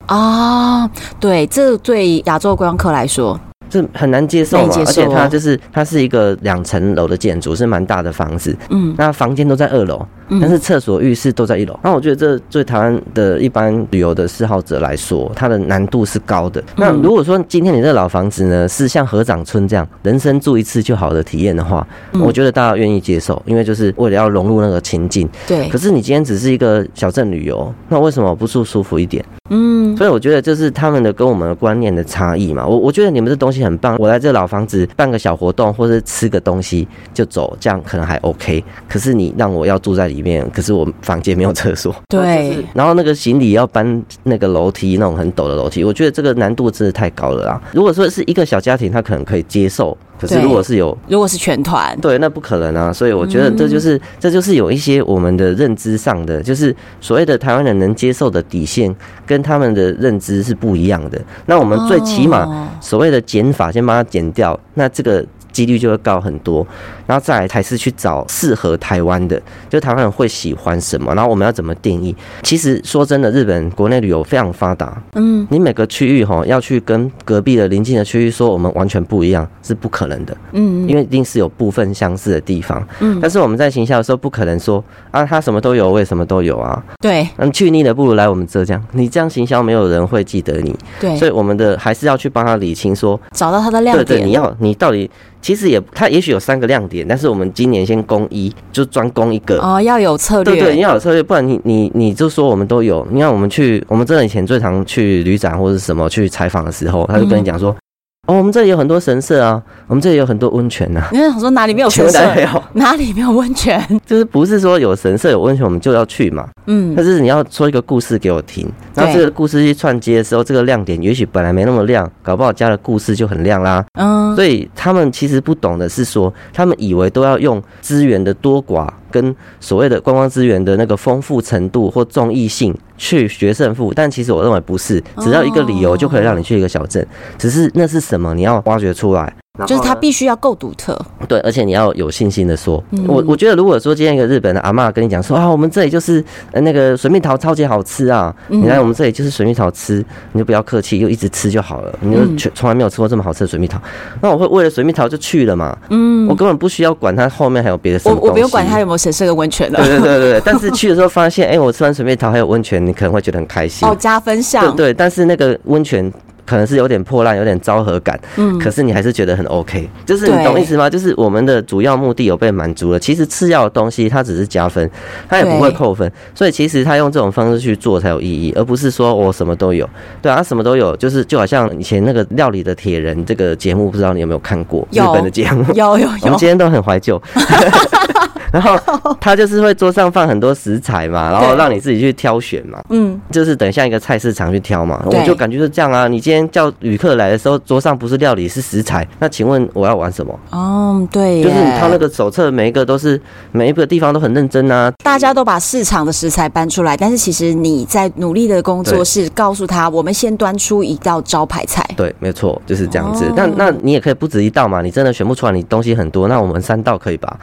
Speaker 1: 啊，对，这对亚洲观光客来说，
Speaker 2: 这很难接受
Speaker 1: 难
Speaker 2: 嘛。
Speaker 1: 以接
Speaker 2: 而且
Speaker 1: 受哦
Speaker 2: 它就是它是一个两层楼的建筑，是蛮大的房子，
Speaker 1: 嗯，
Speaker 2: 那房间都在二楼，但是厕所、浴室都在一楼。那我觉得这对台湾的一般旅游的嗜好者来说，它的难度是高的。那如果说今天你这老房子呢是像合掌村这样人生住一次就好的体验的话，我觉得大家愿意接受，因为就是为了要融入那个情境。
Speaker 1: 对
Speaker 2: 可，是你今天只是一个小镇旅游，那为什么不住舒服一点？
Speaker 1: 嗯，
Speaker 2: 所以我觉得这是他们的跟我们的观念的差异嘛。我我觉得你们这东西很棒，我来这老房子办个小活动或者吃个东西就走，这样可能还 OK。可是你让我要住在里面，可是我房间没有厕所， (laughs)
Speaker 1: 对，
Speaker 2: 然后那个行李要搬那个楼梯，那种很陡的楼梯，我觉得这个难度真的太高了啦。如果说是一个小家庭，他可能可以接受，可是
Speaker 1: 对
Speaker 2: 如果是有
Speaker 1: 如果是全团，
Speaker 2: 对，那不可能啊！所以我觉得这就是、这就是有一些我们的认知上的，就是所谓的台湾人能接受的底线，跟他们的认知是不一样的。那我们最起码
Speaker 1: 哦
Speaker 2: 所谓的减法，先把它减掉，那这个。几率就会高很多，然后再来才是去找适合台湾的，就台湾人会喜欢什么，然后我们要怎么定义？其实说真的，日本国内旅游非常发达，
Speaker 1: 嗯，
Speaker 2: 你每个区域哈要去跟隔壁的邻近的区域说我们完全不一样是不可能的，
Speaker 1: 嗯，
Speaker 2: 因为一定是有部分相似的地方，嗯，但是我们在行销的时候不可能说啊，他什么都有，我也什么都有啊，
Speaker 1: 对
Speaker 2: 嗯，去你的不如来我们浙江，你这样行销没有人会记得你，
Speaker 1: 对
Speaker 2: 所，以我们的还是要去帮他理清说，
Speaker 1: 找到他的亮
Speaker 2: 对
Speaker 1: 点，
Speaker 2: 对，你要你到底其实也他也许有三个亮点，但是我们今年先攻一，就专攻一个，
Speaker 1: 哦，要有策略，
Speaker 2: 对对，你要有策略，不然你你你就说我们都有。你看我们去，我们真的以前最常去旅展或者什么去采访的时候，他就跟你讲
Speaker 1: 嗯
Speaker 2: 说，哦，我们这里有很多神社啊，我们这里有很多温泉啊。
Speaker 1: 你就想说哪里没有
Speaker 2: 请
Speaker 1: 神社
Speaker 2: 问大家，有， (laughs)
Speaker 1: 哪里没有温泉？
Speaker 2: 就是不是说有神社有温泉我们就要去嘛？
Speaker 1: 嗯，
Speaker 2: 但是你要说一个故事给我听，那
Speaker 1: 对
Speaker 2: 这个故事去串接的时候，这个亮点也许本来没那么亮，搞不好加了故事就很亮啦。
Speaker 1: 嗯，
Speaker 2: 所以他们其实不懂的是说，他们以为都要用资源的多寡跟所谓的观光资源的那个丰富程度或综艺性去决胜负，但其实我认为不是，只要一个理由就可以让你去一个小镇，只是那是什么你要挖掘出来。
Speaker 1: 就是
Speaker 2: 呃
Speaker 1: 他必须要够独特，
Speaker 2: 对，而且你要有信心的说，
Speaker 1: 嗯
Speaker 2: 我我觉得如果说今天一个日本的阿嬷跟你讲说啊，我们这里就是呃那个水蜜桃超级好吃啊，
Speaker 1: 嗯
Speaker 2: 你来我们这里就是水蜜桃吃，你就不要客气，就一直吃就好了，你
Speaker 1: 嗯
Speaker 2: 就全从来没有吃过这么好吃的水蜜桃，那我会为了水蜜桃就去了嘛，嗯，我根本不需要管它后面还有别的什
Speaker 1: 我
Speaker 2: 么
Speaker 1: 我不用
Speaker 2: 东西
Speaker 1: 管他有没有神社跟温泉啊
Speaker 2: 对
Speaker 1: 了，
Speaker 2: 对对对对，但是去的时候发现，哎、我吃完水蜜桃还有温泉，你可能会觉得很开心
Speaker 1: 哦，加分项，
Speaker 2: 对对，但是那个温泉可能是有点破烂，有点昭和感，嗯，可是你还是觉得很 OK，就是你懂
Speaker 1: 对
Speaker 2: 意思吗？就是我们的主要目的有被满足了，其实次要的东西它只是加分，它也不会
Speaker 1: 对
Speaker 2: 扣分，所以其实他用这种方式去做才有意义，而不是说我什么都有，对啊，他什么都有，就是就好像以前那个料理的铁人这个节目，不知道你有没有看过日
Speaker 1: 有
Speaker 2: 本的节目？
Speaker 1: 有有
Speaker 2: 我们
Speaker 1: 有
Speaker 2: 今，天都很
Speaker 1: (laughs)
Speaker 2: 怀旧。然后他就是会桌上放很多食材嘛，然后
Speaker 1: 对
Speaker 2: 让你自己去挑选嘛。
Speaker 1: 嗯，
Speaker 2: 就是等像一个菜市场去挑嘛，
Speaker 1: 对
Speaker 2: 我就感觉是这样啊。你今天叫旅客来的时候，桌上不是料理是食材，那请问我要玩什么？
Speaker 1: 哦，对耶，
Speaker 2: 就是你挑那个手册，每一个都是每一个地方都很认真啊。
Speaker 1: 大家都把市场的食材搬出来，但是其实你在努力的工作
Speaker 2: 对
Speaker 1: 是告诉他，我们先端出一道招牌菜，
Speaker 2: 对，没错，就是这样子
Speaker 1: 哦。
Speaker 2: 那那你也可以不止一道嘛，你真的选不出来，你东西很多，那我们三道可以吧？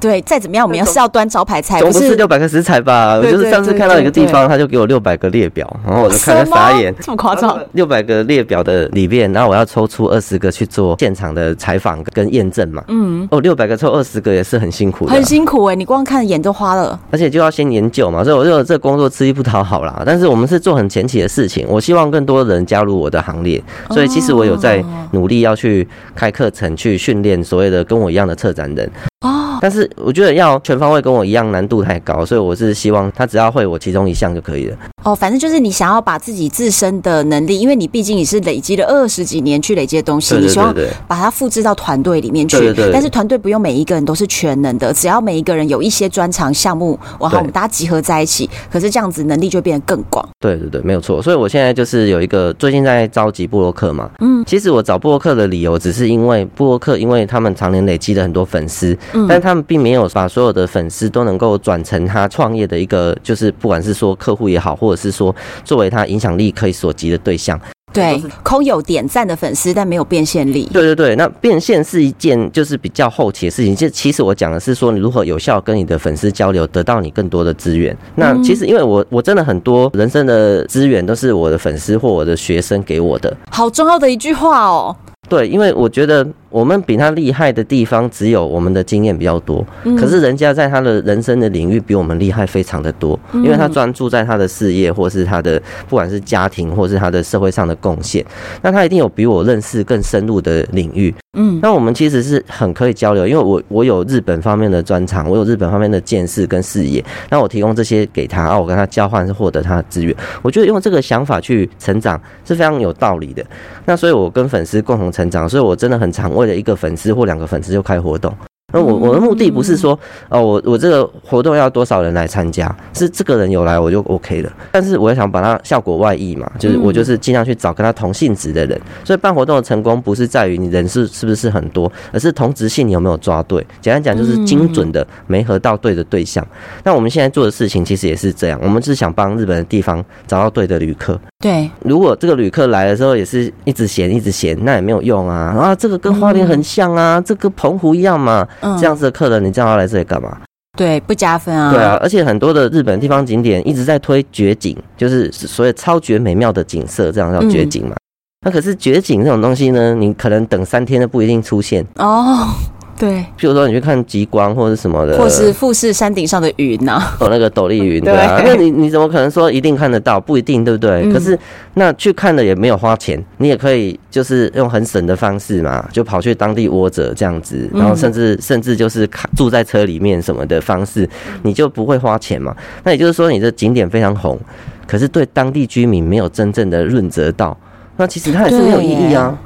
Speaker 1: 对，再怎么样我们要是要端招牌菜，
Speaker 2: 总
Speaker 1: 不
Speaker 2: 不是
Speaker 1: 是
Speaker 2: 六百个食材吧？我
Speaker 1: 对
Speaker 2: 就是
Speaker 1: 对
Speaker 2: 上次
Speaker 1: 对
Speaker 2: 看到一个
Speaker 1: 对
Speaker 2: 地方，他就给我六百个列表，然后我就看
Speaker 1: 什
Speaker 2: 了
Speaker 1: 么
Speaker 2: 傻眼。
Speaker 1: 这么夸张，
Speaker 2: 六百个列表的里面，然后我要抽出二十个去做现场的采访跟验证嘛。嗯，哦，六百个抽二十个也是很辛苦的啊，
Speaker 1: 很辛苦哎，你光看眼都花了，
Speaker 2: 而且就要先研究嘛，所以我就这工作吃力不讨好啦。但是我们是做很前期的事情，我希望更多人加入我的行列，所以其实我有在努力要去开课程，去训练所谓的跟我一样的策展人。
Speaker 1: 哦，
Speaker 2: 但是我觉得要全方位跟我一样难度太高，所以我是希望他只要会我其中一项就可以了。
Speaker 1: 哦，反正就是你想要把自己自身的能力，因为你毕竟也是累积了二十几年去累积的东西，
Speaker 2: 对
Speaker 1: 你
Speaker 2: 对
Speaker 1: 希望
Speaker 2: 对对。
Speaker 1: 把它复制到团队里面去。
Speaker 2: 对对对
Speaker 1: 但是团队不用每一个人都是全能的，只要每一个人有一些专长项目，然后
Speaker 2: 对
Speaker 1: 我们大家集合在一起，可是这样子能力就变得更广。
Speaker 2: 对对对，没有错。所以我现在就是有一个最近在召集布洛克嘛，嗯，其实我找布洛克的理由只是因为布洛克，因为他们常年累积了很多粉丝，但他们并没有把所有的粉丝都能够转成他创业的一个，就是不管是说客户也好，或者是说作为他影响力可以所及的对象。
Speaker 1: 对，空有点赞的粉丝，但没有变现力。
Speaker 2: 对对对，那变现是一件就是比较后期的事情。这其实我讲的是说，你如何有效跟你的粉丝交流，得到你更多的资源。那其实因为我我真的很多人生的资源都是我的粉丝或我的学生给我的，
Speaker 1: 好重要的一句话哦，
Speaker 2: 对，因为我觉得我们比他厉害的地方，只有我们的经验比较多。可是人家在他的人生的领域比我们厉害非常的多，因为他专注在他的事业，或是他的不管是家庭，或是他的社会上的贡献。那他一定有比我认识更深入的领域。
Speaker 1: 嗯
Speaker 2: 那我们其实是很可以交流，因为我我有日本方面的专长，我有日本方面的见识跟视野，那我提供这些给他，啊，我跟他交换是获得他的资源。我觉得用这个想法去成长是非常有道理的。那所以，我跟粉丝共同成长，所以我真的很常为了一个粉丝或两个粉丝就开活动。那我我的目的不是说，哦，我我这个活动要多少人来参加，是这个人有来我就 OK 了。但是我也想把它效果外溢嘛，就是我就是尽量去找跟他同性质的人。所以办活动的成功不是在于你人数是不是很多，而是同质性你有没有抓对。简单讲就是精准的没合到对的对象。那我们现在做的事情其实也是这样，我们是想帮日本的地方找到对的旅客。
Speaker 1: 对，
Speaker 2: 如果这个旅客来的时候也是一直嫌一直嫌，那也没有用啊！啊，这个跟花莲很像啊，这个澎湖一样嘛，
Speaker 1: 嗯
Speaker 2: 这样子的客人你叫他来这里干嘛？
Speaker 1: 对不加分啊，
Speaker 2: 对啊，，而且很多的日本地方景点一直在推绝景，就是所谓超绝美妙的景色，这样叫绝景嘛。
Speaker 1: 嗯
Speaker 2: 那可是绝景这种东西呢，你可能等三天都不一定出现。
Speaker 1: 哦， (laughs) 对，
Speaker 2: 譬如说你去看极光或者什么的，
Speaker 1: 或是富士山顶上的云啊呐、
Speaker 2: (laughs) 有哦那个斗笠云，对啊，
Speaker 1: 对
Speaker 2: 那你你怎么可能说一定看得到？不一定，对不对？
Speaker 1: 嗯
Speaker 2: 可是那去看了也没有花钱，你也可以就是用很省的方式嘛，就跑去当地窝着这样子，
Speaker 1: 嗯
Speaker 2: 然后甚至、甚至就是看住在车里面什么的方式，你就不会花钱嘛。那也就是说，你的景点非常红，可是对当地居民没有真正的润泽到，那其实它也是没有意义啊。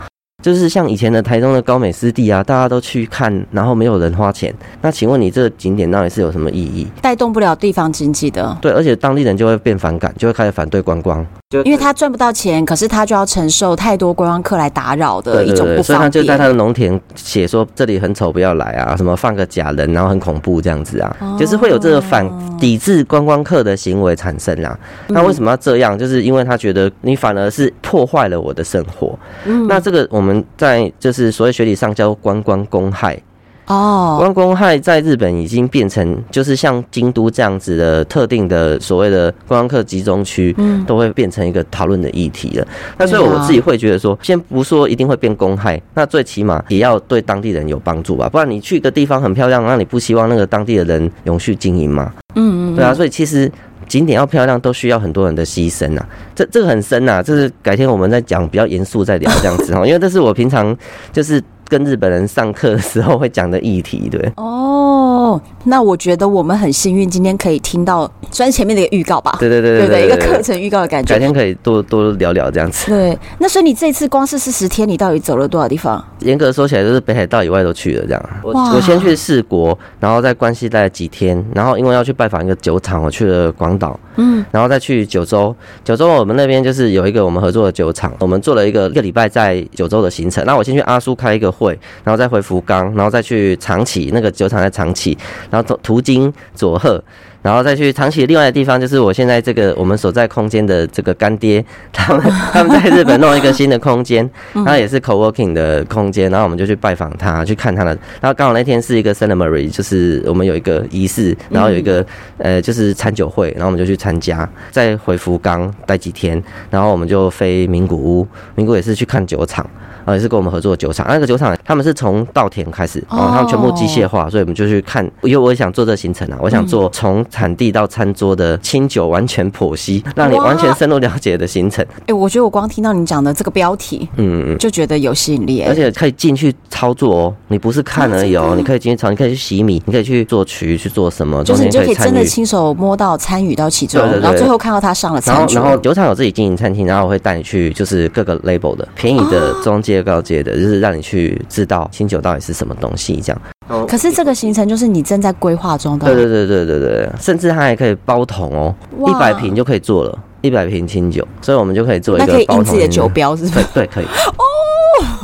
Speaker 2: 就是像以前的台中的高美湿地啊，大家都去看，然后没有人花钱。那请问你这个景点到底是有什么意义？
Speaker 1: 带动不了地方经济的，
Speaker 2: 对，而且当地人就会变反感，就会开始反对观光，就
Speaker 1: 因为他赚不到钱，可是他就要承受太多观光客来打扰的
Speaker 2: 对
Speaker 1: 一
Speaker 2: 对
Speaker 1: 种
Speaker 2: 对，
Speaker 1: 不
Speaker 2: 所以他
Speaker 1: 方
Speaker 2: 就在
Speaker 1: 便。
Speaker 2: 他的农田写说这里很丑，不要来啊，什么放个假人，然后很恐怖这样子啊，就是会有这个反
Speaker 1: 哦
Speaker 2: 抵制观光客的行为产生啦、啊
Speaker 1: 嗯
Speaker 2: 那为什么要这样？就是因为他觉得你反而是破坏了我的生活。
Speaker 1: 嗯
Speaker 2: 那这个我们在就是所谓学理上叫观光公害，
Speaker 1: 哦，
Speaker 2: 观光害在日本已经变成就是像京都这样子的特定的所谓的观光客集中区，
Speaker 1: 嗯
Speaker 2: 都会变成一个讨论的议题了。那所以
Speaker 1: 对啊
Speaker 2: 我自己会觉得说，先不说一定会变公害，那最起码也要对当地人有帮助吧。不然你去一个地方很漂亮，那你不希望那个当地的人永续经营吗？
Speaker 1: 嗯嗯，
Speaker 2: 对啊，所以其实景点要漂亮，都需要很多人的牺牲啊。这这个很深呐、这是改天我们再讲比较严肃再聊这样子哈，哦因为这是我平常就是跟日本人上课的时候会讲的议题，对。
Speaker 1: 哦，那我觉得我们很幸运，今天可以听到，虽然前面的一个预告吧，
Speaker 2: 对对对
Speaker 1: 对
Speaker 2: 对
Speaker 1: 不对，一个
Speaker 2: 对
Speaker 1: 课程预告的感
Speaker 2: 改
Speaker 1: 觉。
Speaker 2: 天可以多多聊聊这样子。
Speaker 1: 对，那所以你这次光是四十天，你到底走了多少地方？
Speaker 2: 严格说起来，就是北海道以外都去了这样。我
Speaker 1: 哇
Speaker 2: 我先去四国，然后在关西待了几天，然后因为要去拜访一个酒厂，我去了广岛，
Speaker 1: 嗯，
Speaker 2: 然后再去九州。九州我们那边就是有一个我们合作的酒厂，我们做了一个一个礼拜在九州的行程。那我先去阿苏开一个会，然后再回福冈，然后再去长崎，那个酒厂在长崎，然后途途经佐贺。然后再去长崎的另外的地方，就是我现在这个我们所在空间的这个干爹，他们他们在日本弄一个新的空间，然后也是 co-working 的空间，然后我们就去拜访他，去看他的。然后刚好那天是一个 ceremony，就是我们有一个仪式，然后有一个、呃就是餐酒会，然后我们就去参加，再回福冈待几天，然后我们就飞名古屋，名古屋也是去看酒厂。呃，也是跟我们合作的酒厂，那个酒厂他们是从稻田开始，哦，他们全部机械化，所以我们就去看，因为我也想做这个行程啊，我想
Speaker 1: 嗯
Speaker 2: 做从产地到餐桌的清酒完全剖析，让你
Speaker 1: 哇
Speaker 2: 完全深入了解的行程。
Speaker 1: 哎，我觉得我光听到你讲的这个标题，
Speaker 2: 嗯嗯嗯。
Speaker 1: 就觉得有吸引力。
Speaker 2: 而
Speaker 1: 哎
Speaker 2: 且可以进去操作哦，你不是看而已哦，你可以进去操，你可以去洗米，你可以去做渠，去做什么，
Speaker 1: 就
Speaker 2: 中
Speaker 1: 是
Speaker 2: 间
Speaker 1: 你就
Speaker 2: 可
Speaker 1: 可以
Speaker 2: 以参
Speaker 1: 真的
Speaker 2: 与。
Speaker 1: 亲手摸到、参与到其中，
Speaker 2: 对对对
Speaker 1: 然后最后看到他上了
Speaker 2: 然
Speaker 1: 餐
Speaker 2: 后，
Speaker 1: 桌。
Speaker 2: 然后酒厂有自己经营餐厅，然后我会带你去，就是各个 label 的便宜的、中介、高阶的，
Speaker 1: 哦
Speaker 2: 就是让你去知道新酒到底是什么东西这样。
Speaker 1: 可是这个行程就是你正在规划中的，
Speaker 2: 对对对对对对，甚至它还可以包桶哦，
Speaker 1: 哇
Speaker 2: 一百瓶就可以做了，一百瓶清酒，所以我们就可以做一
Speaker 1: 那
Speaker 2: 个
Speaker 1: 可以
Speaker 2: 包
Speaker 1: 印
Speaker 2: 桶
Speaker 1: 自己的
Speaker 2: 里面
Speaker 1: 酒标，是不
Speaker 2: 对
Speaker 1: 是？
Speaker 2: 对，可
Speaker 1: (laughs)
Speaker 2: 以。哦，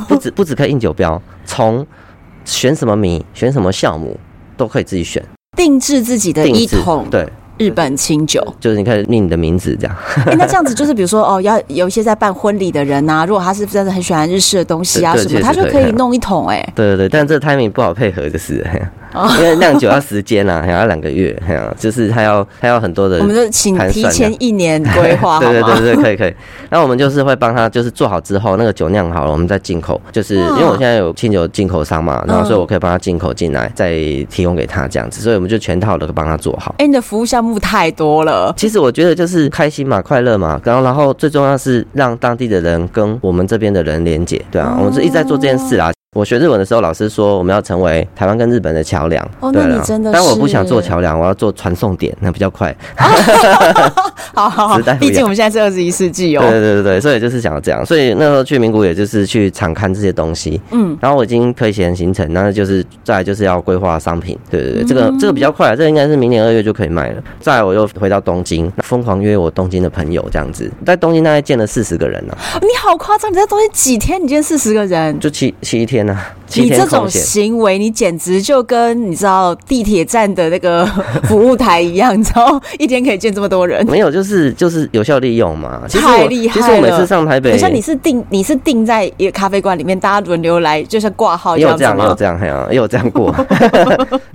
Speaker 2: 不止不止可以印酒标，从选什么米、选什么酵母都可以自己选。
Speaker 1: 定制自己的
Speaker 2: 定
Speaker 1: 一
Speaker 2: 制
Speaker 1: 桶
Speaker 2: 对，
Speaker 1: 日本清酒。
Speaker 2: 就是你可以命你的名字这样。
Speaker 1: 哎、那这样子就是，比如说哦，要有一些在办婚礼的人呐、如果他是真的很喜欢日式的东西啊
Speaker 2: 对
Speaker 1: 什
Speaker 2: 对
Speaker 1: 么，他
Speaker 2: 确
Speaker 1: 就
Speaker 2: 实
Speaker 1: 可
Speaker 2: 可
Speaker 1: 以
Speaker 2: 以
Speaker 1: 弄一桶哎、
Speaker 2: 对对对，但这个 timing 不好配合就是。
Speaker 1: 哦
Speaker 2: (laughs) 因为酿酒要时间啊，还要两个月，还要就是它要它要很多的
Speaker 1: 我
Speaker 2: 盘
Speaker 1: 们
Speaker 2: 算啊。
Speaker 1: 就请提前一年
Speaker 2: (laughs)
Speaker 1: 规划，
Speaker 2: 对对
Speaker 1: 好吗？
Speaker 2: 对对，可以可以。那我们就是会帮他，就是做好之后，那个酒酿好了，我们再进口。就是因为我现在有清酒进口商嘛，
Speaker 1: 嗯
Speaker 2: 然后所以我可以帮他进口进来，再提供给他这样子，所以我们就全套的帮他做好。
Speaker 1: 哎，你的服务项目太多了，
Speaker 2: 其实我觉得就是开心嘛，快乐嘛，然后然后最重要是让当地的人跟我们这边的人连接，对啊，我们是一直在做这件事
Speaker 1: 哦
Speaker 2: 啦。我学日文的时候，老师说我们要成为台湾跟日本的桥梁。
Speaker 1: 哦
Speaker 2: 对
Speaker 1: 那你
Speaker 2: 啦
Speaker 1: 真的
Speaker 2: 但我不
Speaker 1: 是
Speaker 2: 想做桥梁，我要做传送点，那比较快。
Speaker 1: 好好好
Speaker 2: 时代，不一样
Speaker 1: 毕竟我们现在是二十一世纪哦
Speaker 2: 对。对对对，所以就是想要这样，所以那时候去名古屋也就是去场刊这些东西，
Speaker 1: 嗯，
Speaker 2: 然后我已经推行行程，然后就是再来就是要规划商品，对对对，这
Speaker 1: 嗯
Speaker 2: 个这个比较快，这个应该是明年二月就可以卖了。再来我又回到东京，疯狂约我东京的朋友这样子，在东京大概见了四十个人呢、啊，
Speaker 1: 你好夸张！你在东京几天，你见四十个人，
Speaker 2: 就七七天呢、啊，七
Speaker 1: 你
Speaker 2: 天
Speaker 1: 这
Speaker 2: 空
Speaker 1: 种
Speaker 2: 闲。
Speaker 1: 行为，你简直就跟你知道地铁站的那个服务台一样，你知道一天可以见这么多人。
Speaker 2: 没有，就是就是有效利用嘛。其实
Speaker 1: 太
Speaker 2: 我
Speaker 1: 厉害
Speaker 2: 其实我每
Speaker 1: 了
Speaker 2: 次上台北，
Speaker 1: 好像你是定你是定在一个咖啡馆里面，大家轮流来，就像挂号
Speaker 2: 也
Speaker 1: 这样
Speaker 2: 有这
Speaker 1: 子
Speaker 2: 样，也有
Speaker 1: 吗？
Speaker 2: 这样，嘿啊，也有这样
Speaker 1: (laughs)
Speaker 2: 过。 (laughs)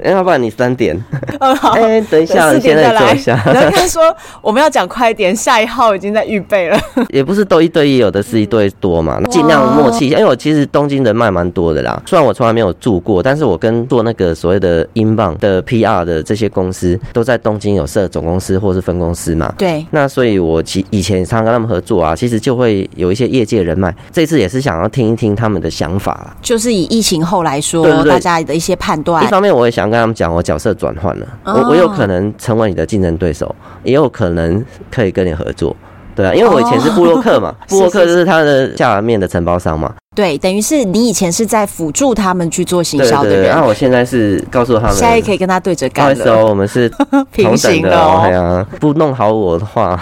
Speaker 2: 要不然你三点，
Speaker 1: 嗯，好。
Speaker 2: 哎，等一下，
Speaker 1: 四
Speaker 2: 你
Speaker 1: 点
Speaker 2: 现在
Speaker 1: 再
Speaker 2: 坐
Speaker 1: 来
Speaker 2: 一，下。
Speaker 1: (laughs) 然后他说我们要讲快一点，下一号已经在预备了。
Speaker 2: 也不是都一对一，有的是一对多嘛，尽量默契一下。因为我其实东京人脉蛮多的啦，虽然我从来没有住过，但是我跟做那个所谓的英镑的 PR 的这些公司都在东京有设总公司或是分公司嘛。
Speaker 1: (laughs) 对，
Speaker 2: 那所以，我其以前常跟他们合作啊，其实就会有一些业界人脉。这次也是想要听一听他们的想法啦。
Speaker 1: 就是以疫情后来说，
Speaker 2: 对对对
Speaker 1: 大家的一些判断
Speaker 2: 一。方面，我也想跟他们讲，我角色转换了，
Speaker 1: 哦
Speaker 2: 我我有可能成为你的竞争对手，也有可能可以跟你合作。对啊，因为我以前是布洛克
Speaker 1: 哦
Speaker 2: 嘛，布
Speaker 1: (laughs)
Speaker 2: 洛克就是他的下面的承包商嘛。
Speaker 1: 对，等于是你以前是在辅助他们去做行
Speaker 2: 对
Speaker 1: 销的
Speaker 2: 对对，
Speaker 1: 人，
Speaker 2: 然后我现在是告诉他们，
Speaker 1: 现在可以跟他对着
Speaker 2: 不好意
Speaker 1: 干
Speaker 2: 思
Speaker 1: 了，
Speaker 2: 哦，我们是
Speaker 1: (laughs) 平
Speaker 2: 同等
Speaker 1: 行
Speaker 2: 的
Speaker 1: 的
Speaker 2: 哦，哎
Speaker 1: 哦，
Speaker 2: 呀，不弄好我的话，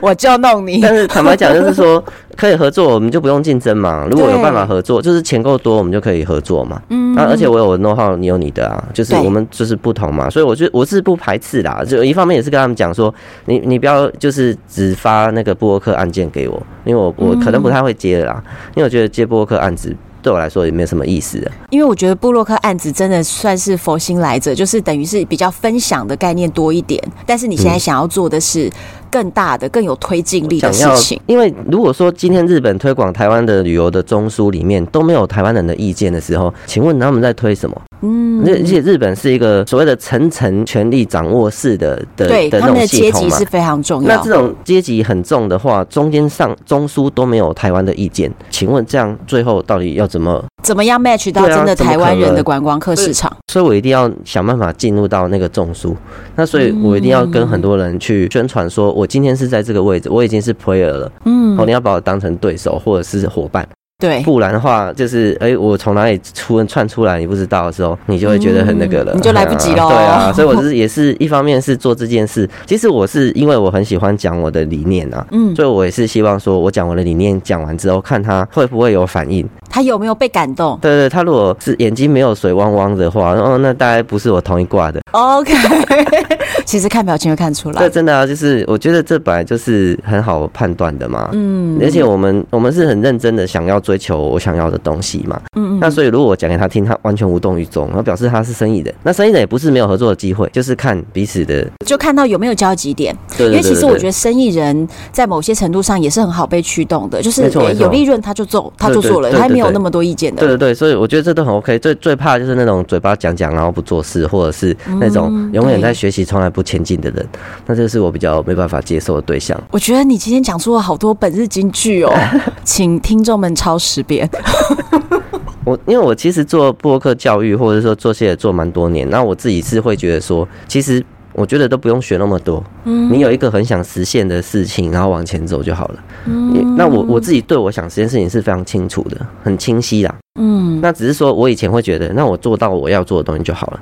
Speaker 1: 我就弄你。(laughs)
Speaker 2: (laughs) 但是坦白讲，就是说可以合作，我们就不用竞争嘛。如果有
Speaker 1: 对
Speaker 2: 办法合作，就是钱够多，我们就可以合作嘛。嗯，啊，而且我有 know how，你有你的啊，就是
Speaker 1: 对
Speaker 2: 我们就是不同嘛。所以我觉得我是不排斥啦，就一方面也是跟他们讲说，你你不要就是只发那个布洛克案件给我，因为我我
Speaker 1: 嗯
Speaker 2: 可能不太会接的啦，因为我觉得接布洛克案子对我来说也没有什么意思啊。
Speaker 1: 因为我觉得布洛克案子真的算是佛心来着，就是等于是比较分享的概念多一点，但是你现在想要做的是更大的、更有推进力的
Speaker 2: 想
Speaker 1: 事
Speaker 2: 要
Speaker 1: 情。，
Speaker 2: 因为如果说今天日本推广台湾的旅游的中枢里面都没有台湾人的意见的时候，请问他们在推什么？嗯，而且日本是一个所谓的层层权力掌握式的的
Speaker 1: 对，
Speaker 2: 的
Speaker 1: 他
Speaker 2: 那
Speaker 1: 们的
Speaker 2: 种系
Speaker 1: 阶
Speaker 2: 统
Speaker 1: 级
Speaker 2: 嘛
Speaker 1: 是。非常重
Speaker 2: 那
Speaker 1: 要
Speaker 2: 这。种阶级很重的话，中间上中枢都没有台湾的意见，请问这样最后到底要怎么？
Speaker 1: 怎么样 match 到
Speaker 2: 对啊
Speaker 1: 真的
Speaker 2: 怎么
Speaker 1: 台
Speaker 2: 可
Speaker 1: 湾人
Speaker 2: 能
Speaker 1: 的观光客市场？
Speaker 2: 所以我一定要想办法进入到那个中枢。那所以我一定要跟
Speaker 1: 嗯
Speaker 2: 很多人去宣传，说我今天是在这个位置，我已经是 player 了，
Speaker 1: 嗯
Speaker 2: 哦，，你要把我当成对手或者是伙伴。
Speaker 1: 对，
Speaker 2: 不然的话，就是哎、我从哪里出窜出来，你不知道的时候，你就会觉得很那个了，
Speaker 1: 嗯你就来不及咯
Speaker 2: (laughs) 对啊，所以我是也是一方面是做这件事，其实我是因为我很喜欢讲我的理念啊。
Speaker 1: 嗯，
Speaker 2: 所以我也是希望说，我讲我的理念讲完之后，看他会不会有反应。
Speaker 1: 他有没有被感动
Speaker 2: 对对，他如果是眼睛没有水汪汪的话，哦，那大概不是我同一挂
Speaker 1: (laughs)
Speaker 2: 的。
Speaker 1: ？OK，其实看表情就看出
Speaker 2: 这
Speaker 1: 来。
Speaker 2: 真的啊，就是我觉得这本来就是很好判断的嘛。
Speaker 1: 嗯
Speaker 2: 而且我们我们是很认真的想要追求我想要的东西嘛。
Speaker 1: 嗯
Speaker 2: 那所以如果我讲给他听，他完全无动于衷，然后表示他是生意人。那生意人也不是没有合作的机会，就是看彼此的。
Speaker 1: 就看到有没有交集点。
Speaker 2: 对对对
Speaker 1: 因为其实
Speaker 2: 对
Speaker 1: 我觉得生意人在某些程度上也是很好被驱动的，就是
Speaker 2: 没错
Speaker 1: 呃
Speaker 2: 没错
Speaker 1: 有利润他就做，他就
Speaker 2: 对对
Speaker 1: 做了，
Speaker 2: 对对
Speaker 1: 他没有
Speaker 2: 对
Speaker 1: 那么多意见的
Speaker 2: 对。对对，所以我觉得这都很 OK。最最怕就是那种嘴巴讲讲然后不做事，或者是那
Speaker 1: 嗯
Speaker 2: 种永远在学习从来不前进的人，那这是我比较没办法接受的对象。
Speaker 1: 我觉得你今天讲出了好多本日金句
Speaker 2: (laughs)
Speaker 1: 哦，请听众们抄十遍。
Speaker 2: 我因为我其实做播客教育，或者说做些也做蛮多年，那我自己是会觉得说，其实我觉得都不用学那么多，嗯，你有一个很想实现的事情，然后往前走就好了。嗯，那我我自己对我想实现事情是非常清楚的，很清晰啦。
Speaker 1: 嗯，
Speaker 2: 那只是说我以前会觉得，那我做到我要做的东西就好了。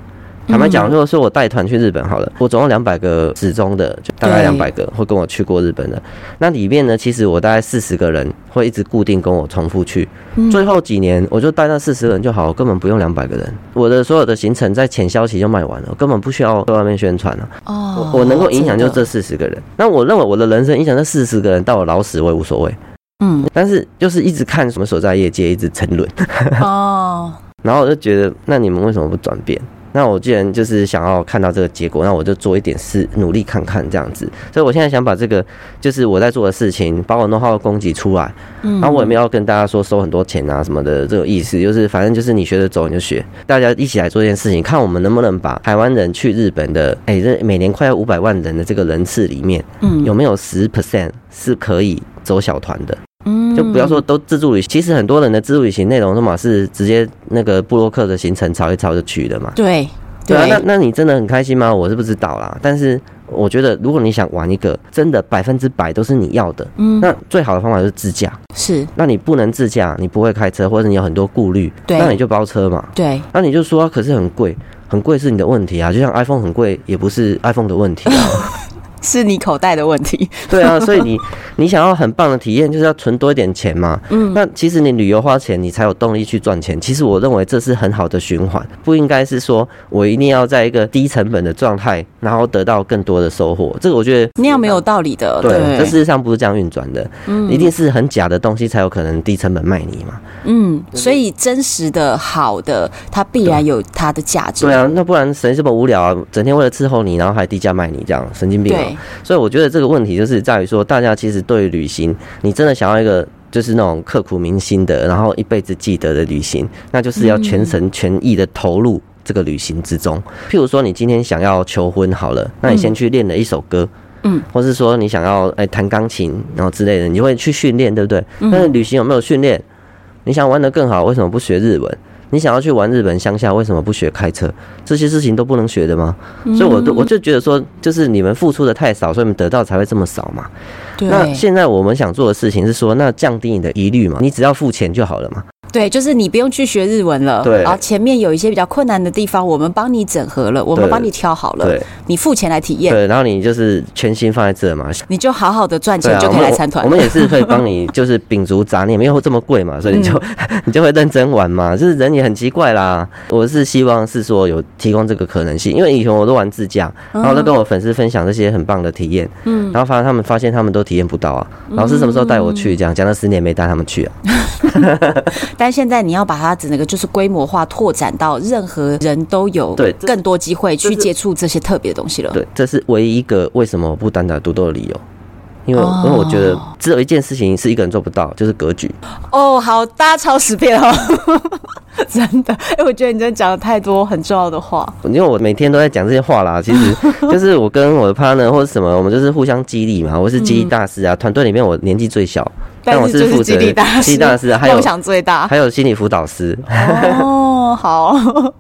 Speaker 2: 坦白讲，如果说我带团去日本好了，我总共两百个始终的，就大概
Speaker 1: 对
Speaker 2: 两百个会跟我去过日本的。那里面呢，其实我大概四十个人会一直固定跟我重复去。
Speaker 1: 嗯
Speaker 2: 最后几年我就带那四十人就好，我根本不用两百个人。我的所有的行程在浅消期就卖完了，我根本不需要在外面宣传了、
Speaker 1: 哦
Speaker 2: 我我能够影响就
Speaker 1: 真
Speaker 2: 这
Speaker 1: 的
Speaker 2: 四十个人。那我认为我的人生影响这四十个人，到我老死我也无所谓。 (laughs)
Speaker 1: 嗯
Speaker 2: 但是就是一直看什么所在业界一直沉沦。 (laughs)
Speaker 1: 哦，
Speaker 2: 然后我就觉得，那你们为什么不转变？那我既然就是想要看到这个结果，那我就做一点事，努力看看这样子。所以我现在想把这个就是我在做的事情，把我 know how 供给出来。
Speaker 1: 嗯
Speaker 2: 然后我也没有要跟大家说收很多钱啊什么的这种意思，就是反正就是你学得走你就学，大家一起来做这件事情，看我们能不能把台湾人去日本的，哎、这每年快要五百万人的这个人次里面，
Speaker 1: 嗯
Speaker 2: 有没有十 percent 是可以走小团的？
Speaker 1: 嗯
Speaker 2: 就不要说都自助旅行，其实很多人的自助旅行内容，他嘛是直接那个布洛克的行程抄一抄就去的嘛。
Speaker 1: 对
Speaker 2: 对啊，那那你真的很开心吗？我是不知道啦，但是我觉得如果你想玩一个真的百分之百都是你要的，
Speaker 1: 嗯
Speaker 2: 那最好的方法就是自驾。
Speaker 1: 是
Speaker 2: 那你不能自驾，你不会开车，或者你有很多顾虑，
Speaker 1: 对
Speaker 2: 那你就包车嘛。
Speaker 1: 对
Speaker 2: 那你就说、可是很贵，很贵是你的问题啊，就像 iPhone 很贵也不是 iPhone 的问题啊。 (laughs)
Speaker 1: 是你口袋的问题，
Speaker 2: 对啊，所以你你想要很棒的体验，就是要存多一点钱嘛。嗯，那其实你旅游花钱，你才有动力去赚钱。其实我认为这是很好的循环，不应该是说我一定要在一个低成本的状态，然后得到更多的收获。这个我觉得
Speaker 1: 那样没有道理的。
Speaker 2: 对，嗯这事实上不是这样运转的，一定是很假的东西才有可能低成本卖你嘛。
Speaker 1: 嗯，所以真实的好的，它必然有它的价值。
Speaker 2: 对啊，那不然谁这么无聊啊？整天为了伺候你，然后还低价卖你，这样神经病啊！
Speaker 1: 对
Speaker 2: 所以我觉得这个问题就是在于说，大家其实对于旅行，你真的想要一个就是那种刻骨铭心的，然后一辈子记得的旅行，那就是要全神全意的投入。这个旅行之中，譬如说你今天想要求婚好了，那你先去练了一首歌，
Speaker 1: 嗯，
Speaker 2: 或是说你想要哎弹钢琴，然后之类的，你会去训练，对不对？但是旅行有没有训练？你想玩得更好，为什么不学日文？你想要去玩日本乡下，为什么不学开车？这些事情都不能学的吗？
Speaker 1: 嗯
Speaker 2: 所以我都我就觉得说，就是你们付出的太少，所以你们得到才会这么少嘛。那
Speaker 1: 对
Speaker 2: 现在我们想做的事情是说，那降低你的疑虑嘛，你只要付钱就好了嘛。
Speaker 1: 对，就是你不用去学日文了。
Speaker 2: 对
Speaker 1: 然后前面有一些比较困难的地方，我们帮你整合了，我们
Speaker 2: 对
Speaker 1: 帮你挑好了
Speaker 2: 对，
Speaker 1: 你付钱来体验，
Speaker 2: 对，然后你就是全心放在这嘛。
Speaker 1: 你就好好的赚
Speaker 2: 对
Speaker 1: 钱
Speaker 2: 啊，
Speaker 1: 就
Speaker 2: 我
Speaker 1: 可以
Speaker 2: 们
Speaker 1: 来参团。
Speaker 2: 我们也是会
Speaker 1: (laughs)
Speaker 2: 帮你，就是秉烛杂念，没有这么贵嘛，所以你就、
Speaker 1: 嗯
Speaker 2: (laughs) 你就会认真玩嘛。就是人也很奇怪啦。我是希望是说有提供这个可能性，因为以前我都玩自驾，
Speaker 1: 嗯
Speaker 2: 然后都跟我粉丝分享这些很棒的体验，嗯，然后发现他们发现他们都体验不到啊。老师什么时候带我
Speaker 1: 嗯
Speaker 2: 去？这样讲了十年没带他们去啊。
Speaker 1: 但现在你要把它整个就是规模化拓展到任何人都有
Speaker 2: 对这
Speaker 1: 更多机会去
Speaker 2: 这是
Speaker 1: 接触这些特别的东西了。
Speaker 2: 对，这是唯一一个为什么我不单打独斗的理由。因为我、
Speaker 1: 哦
Speaker 2: 因为我觉得只有一件事情是一个人做不到，就是格局。
Speaker 1: 哦，好，大家超十遍哦， (laughs) 真的。哎、我觉得你真的讲了太多很重要的话。
Speaker 2: 因为我每天都在讲这些话啦，其
Speaker 1: (laughs)
Speaker 2: 实就是我跟我的 partner 或者什么，我们就是互相激励嘛。我是激
Speaker 1: 嗯
Speaker 2: 励大师啊，团队里面我年纪最小，
Speaker 1: 啊
Speaker 2: 但我
Speaker 1: 是就是
Speaker 2: 负责
Speaker 1: 激励大
Speaker 2: 激
Speaker 1: 师，
Speaker 2: 励大师啊，还有
Speaker 1: 梦想最
Speaker 2: (laughs)
Speaker 1: 大。
Speaker 2: 还有心理辅导师。
Speaker 1: 哦，好， (laughs)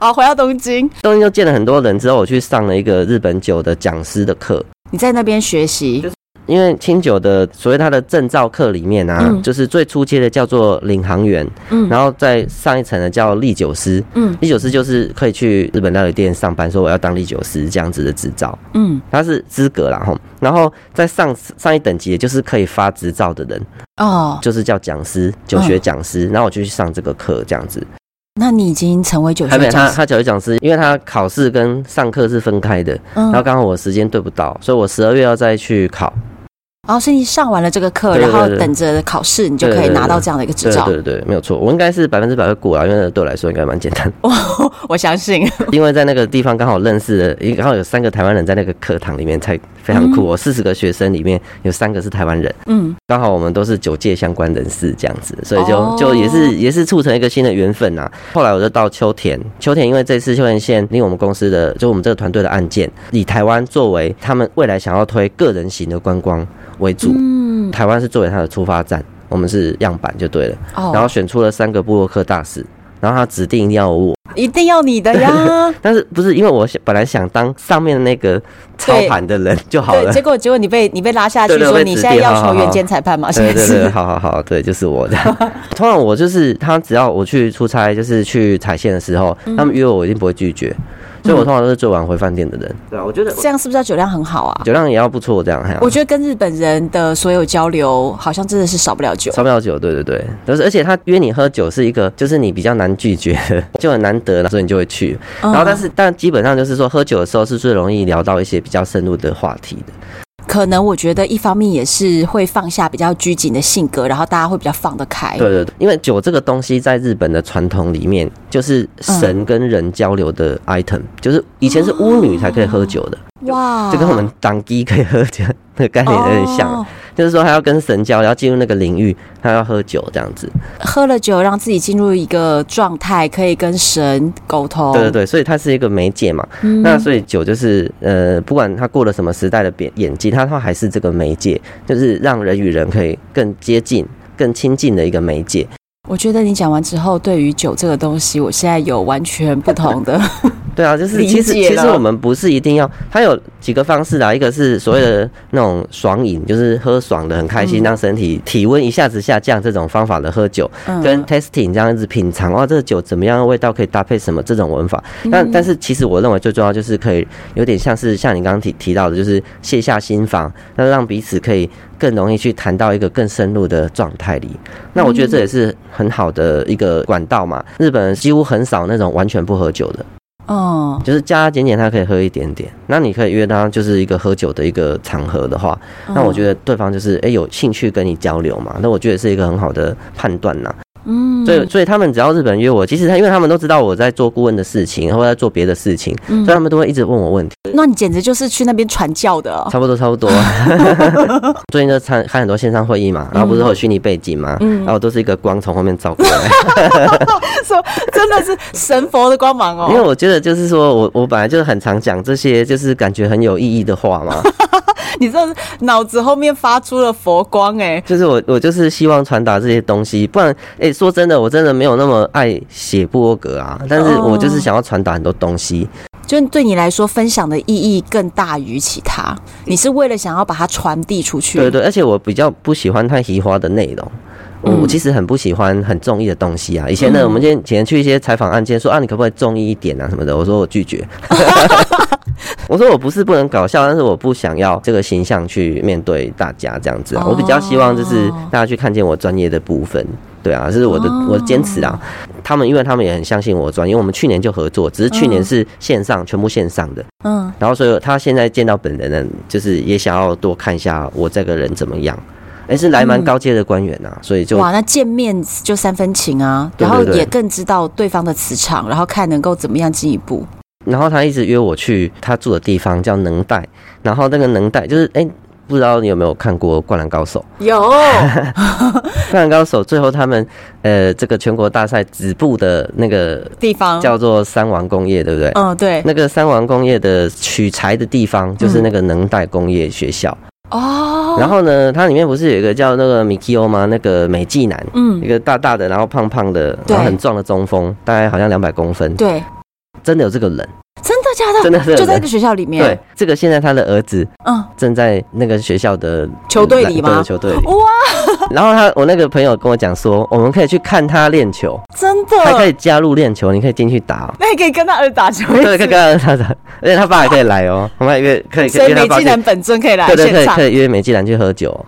Speaker 1: 好，回到东京，
Speaker 2: 东京就见了很多人之后，我去上了一个日本酒的讲师的课，
Speaker 1: 你在那边学习，
Speaker 2: 因为清酒的所谓它的证照课里面啊，
Speaker 1: 嗯
Speaker 2: 就是最初阶的叫做领航员，
Speaker 1: 嗯
Speaker 2: 然后再上一层的叫历酒师，
Speaker 1: 嗯
Speaker 2: 历酒师就是可以去日本料理店上班，说我要当历酒师这样子的执照，
Speaker 1: 嗯，
Speaker 2: 它是资格啦吼。然后再上上一等级，也就是可以发执照的人，
Speaker 1: 哦，
Speaker 2: 就是叫讲师，酒学讲师。然后我就去上这个课这样子，
Speaker 1: 那你已经成为九
Speaker 2: 还没
Speaker 1: 学
Speaker 2: 有他
Speaker 1: 讲师，
Speaker 2: 他酒学讲师，因为他考试跟上课是分开的，
Speaker 1: 嗯
Speaker 2: 然后刚好我时间对不到，所以我十二月要再去考。
Speaker 1: 哦，所以你上完了这个课，
Speaker 2: 对对
Speaker 1: 然后
Speaker 2: 对
Speaker 1: 等着考试，你就可以
Speaker 2: 对对对
Speaker 1: 拿到这样的一个执
Speaker 2: 对
Speaker 1: 照。
Speaker 2: 对对，没有错，我应该是百分之百会过啦，因为那个对我来说应该蛮简单。
Speaker 1: 我 (laughs) 我相信，
Speaker 2: (laughs) 因为在那个地方刚好认识了，一刚好有三个台湾人在那个课堂里面，才非常酷、哦。我四十个学生里面有三个是台湾人，
Speaker 1: 嗯，
Speaker 2: 刚好我们都是酒界相关人士这样子，所以就、
Speaker 1: 哦
Speaker 2: 就也是也是促成一个新的缘分呐、啊后来我就到秋田，秋田因为这次秋田县因为我们公司的就我们这个团队的案件，以台湾作为他们未来想要推个人型的观光为主，
Speaker 1: 嗯，
Speaker 2: 台湾是作为它的出发站，我们是样板就对了。
Speaker 1: 哦，
Speaker 2: 然后选出了三个布洛克大使，然后他指定一定要有我，
Speaker 1: 一定要你的呀。
Speaker 2: 但是不是因为我想本来想当上面的那个操盘的人就 (laughs) 好
Speaker 1: 对，
Speaker 2: (laughs) 了
Speaker 1: 结。果结果你被你被拉下去
Speaker 2: 对对
Speaker 1: 说
Speaker 2: 被
Speaker 1: 你
Speaker 2: 指
Speaker 1: 现在
Speaker 2: 定
Speaker 1: 要
Speaker 2: 好好
Speaker 1: 求
Speaker 2: 好
Speaker 1: 原间裁判嘛，现
Speaker 2: 对
Speaker 1: 在
Speaker 2: 对对，
Speaker 1: 是
Speaker 2: 好好好，对，就是我这
Speaker 1: (laughs)
Speaker 2: 样。通常我就是他，只要我去出差，就是去踩线的时候，
Speaker 1: 嗯
Speaker 2: 他们约我，我一定不会拒绝，所以我通常都是最晚回饭店的人。对啊，我觉得
Speaker 1: 这样是不是要酒量很好啊？
Speaker 2: 酒量也要不错，这样。嘿啊
Speaker 1: 我觉得跟日本人的所有交流，好像真的是少不了酒。
Speaker 2: 超标酒，对对对，就是而且他约你喝酒是一个，就是你比较难拒绝， (laughs) 就很难得了，所以你就会去。
Speaker 1: 嗯
Speaker 2: 然后但是但基本上就是说，喝酒的时候是最容易聊到一些比较深入的话题的。
Speaker 1: 可能我觉得一方面也是会放下比较拘谨的性格，然后大家会比较放得开。
Speaker 2: 对对对，哎因为酒这个东西在日本的传统里面，就是神跟人交流的 item，、就是以前是巫女才可以喝酒的，
Speaker 1: 哇
Speaker 2: 就跟我们当机可以喝酒那个概念有点像，
Speaker 1: 哦
Speaker 2: 就是说他要跟神交流，要进入那个领域，他要喝酒这样子。
Speaker 1: 喝了酒让自己进入一个状态，可以跟神沟通。嗯
Speaker 2: 对对对，所以它是一个媒介嘛。那所以酒就是呃，不管它过了什么时代的变演进，它它还是这个媒介，就是让人与人可以更接近、更亲近的一个媒介。
Speaker 1: 我觉得你讲完之后，对于酒这个东西，我现在有完全不同
Speaker 2: (laughs)
Speaker 1: 的
Speaker 2: 对啊，就是
Speaker 1: 理解
Speaker 2: 其实其实
Speaker 1: 了
Speaker 2: 我们不是一定要，它有几个方式啦，啊一个是所谓
Speaker 1: 嗯
Speaker 2: 的那种爽饮，就是喝爽的很开心，让身体体温一下子下降这种方法的喝酒，
Speaker 1: 嗯
Speaker 2: 跟 tasting 这样子品尝，哇，这个酒怎么样，味道可以搭配什么这种文法。
Speaker 1: 嗯
Speaker 2: 但但是其实我认为最重要就是可以有点像是像你刚刚提提到的，就是卸下心防，那让彼此可以更容易去谈到一个更深入的状态里。那我觉得这也是很好的一个管道嘛。日本人几乎很少那种完全不喝酒的。
Speaker 1: 嗯
Speaker 2: 就是加加减减，他可以喝一点点。那你可以约他，就是一个喝酒的一个场合的话，
Speaker 1: 嗯
Speaker 2: 嗯那我觉得对方就是哎、诶有兴趣跟你交流嘛，那我觉得是一个很好的判断呐。
Speaker 1: 嗯，
Speaker 2: 所以所以他们只要日本约我，其实他因为他们都知道我在做顾问的事情，
Speaker 1: 嗯
Speaker 2: 或者在做别的事情，所以他们都会一直问我问题。
Speaker 1: 那你简直就是去那边传教的
Speaker 2: (laughs)
Speaker 1: 哦、
Speaker 2: 差不多差
Speaker 1: (laughs)
Speaker 2: 不多。最近就参开很多线上会议
Speaker 1: 嗯
Speaker 2: 嘛，然后不是会有虚拟背景嘛，然后都是一个光从后面照
Speaker 1: (laughs)
Speaker 2: 过来。
Speaker 1: 说真的是神佛的光芒
Speaker 2: 因为
Speaker 1: 哦。
Speaker 2: 我觉得就是说我我本来就是很常讲这些就是感觉很有意义的话嘛，
Speaker 1: 你这脑子后面发出了佛光哎、
Speaker 2: 就是我，我就是希望传达这些东西，不然，哎、说真的，我真的没有那么爱写布洛格啊，但是
Speaker 1: 哦
Speaker 2: 我就是想要传达很多东西。
Speaker 1: 就对你来说，分享的意义更大于其他。你是为了想要把它传递出去。
Speaker 2: 对对，而且我比较不喜欢太奇花的内容。我我其实很不喜欢很中意的东西啊。以前呢，我们以前去一些采访案件，说啊，你可不可以中意一点啊什么的，我说我拒绝。 (laughs) 我说我不是不能搞笑，但是我不想要这个形象去面对大家这样子啊。我比较希望就是
Speaker 1: 哦
Speaker 2: 大家去看见我专业的部分，对啊，这是我的我的坚持啊。他们因为他们也很相信我的专业，因为我们去年就合作，只是去年是线上全部线上的，
Speaker 1: 嗯，
Speaker 2: 然后所以他现在见到本人呢，就是也想要多看一下我这个人怎么样。哎，是来蛮高阶的官员呐、所以就
Speaker 1: 嗯哇，那见面就三分情啊，
Speaker 2: 对
Speaker 1: 然后
Speaker 2: 对对
Speaker 1: 也更知道对方的磁场，然后看能够怎么样进一步。
Speaker 2: 然后他一直约我去他住的地方叫能代，然后那个能代就是哎。不知道你有没有看过《灌篮高手
Speaker 1: 有，》？
Speaker 2: 《灌篮高手》最后他们呃，这个全国大赛止步的那个
Speaker 1: (laughs) 地方，
Speaker 2: 叫做三王工业，对不对？
Speaker 1: 嗯，
Speaker 2: (laughs)
Speaker 1: 对，
Speaker 2: 那个三王工业的取材的地方就是那个能代工业学校。
Speaker 1: 嗯哦，
Speaker 2: 然后呢，它里面不是有一个叫那个米基欧吗？那个美纪男，一
Speaker 1: 嗯，
Speaker 2: 个大大的，然后胖胖的，
Speaker 1: 对
Speaker 2: 然后很壮的中锋，大概好像两百公分，
Speaker 1: 对，
Speaker 2: 真的有这个人，
Speaker 1: 真的假的？
Speaker 2: 真的是有
Speaker 1: 就在
Speaker 2: 人
Speaker 1: 这个学校里面，
Speaker 2: 对，，这个现在他的儿子
Speaker 1: 嗯，
Speaker 2: 正在那个学校的
Speaker 1: 球队里吗
Speaker 2: 对球队里。
Speaker 1: 哇，
Speaker 2: 然后他，我那个朋友跟我讲说，我们可以去看他练球，
Speaker 1: 真
Speaker 2: 还可
Speaker 1: 的，
Speaker 2: 以加入练球，你可以进去打。哦
Speaker 1: 那也可以跟他儿打球，
Speaker 2: 对，可以跟他他打，而且他爸也可以来哦，我们还约可以
Speaker 1: 所
Speaker 2: 可以
Speaker 1: 以
Speaker 2: 约他
Speaker 1: 美
Speaker 2: 爸
Speaker 1: 技
Speaker 2: 去。
Speaker 1: 能本尊可以来
Speaker 2: 对对，可
Speaker 1: 现
Speaker 2: 以
Speaker 1: 场
Speaker 2: 可，以约美纪兰去喝酒，哦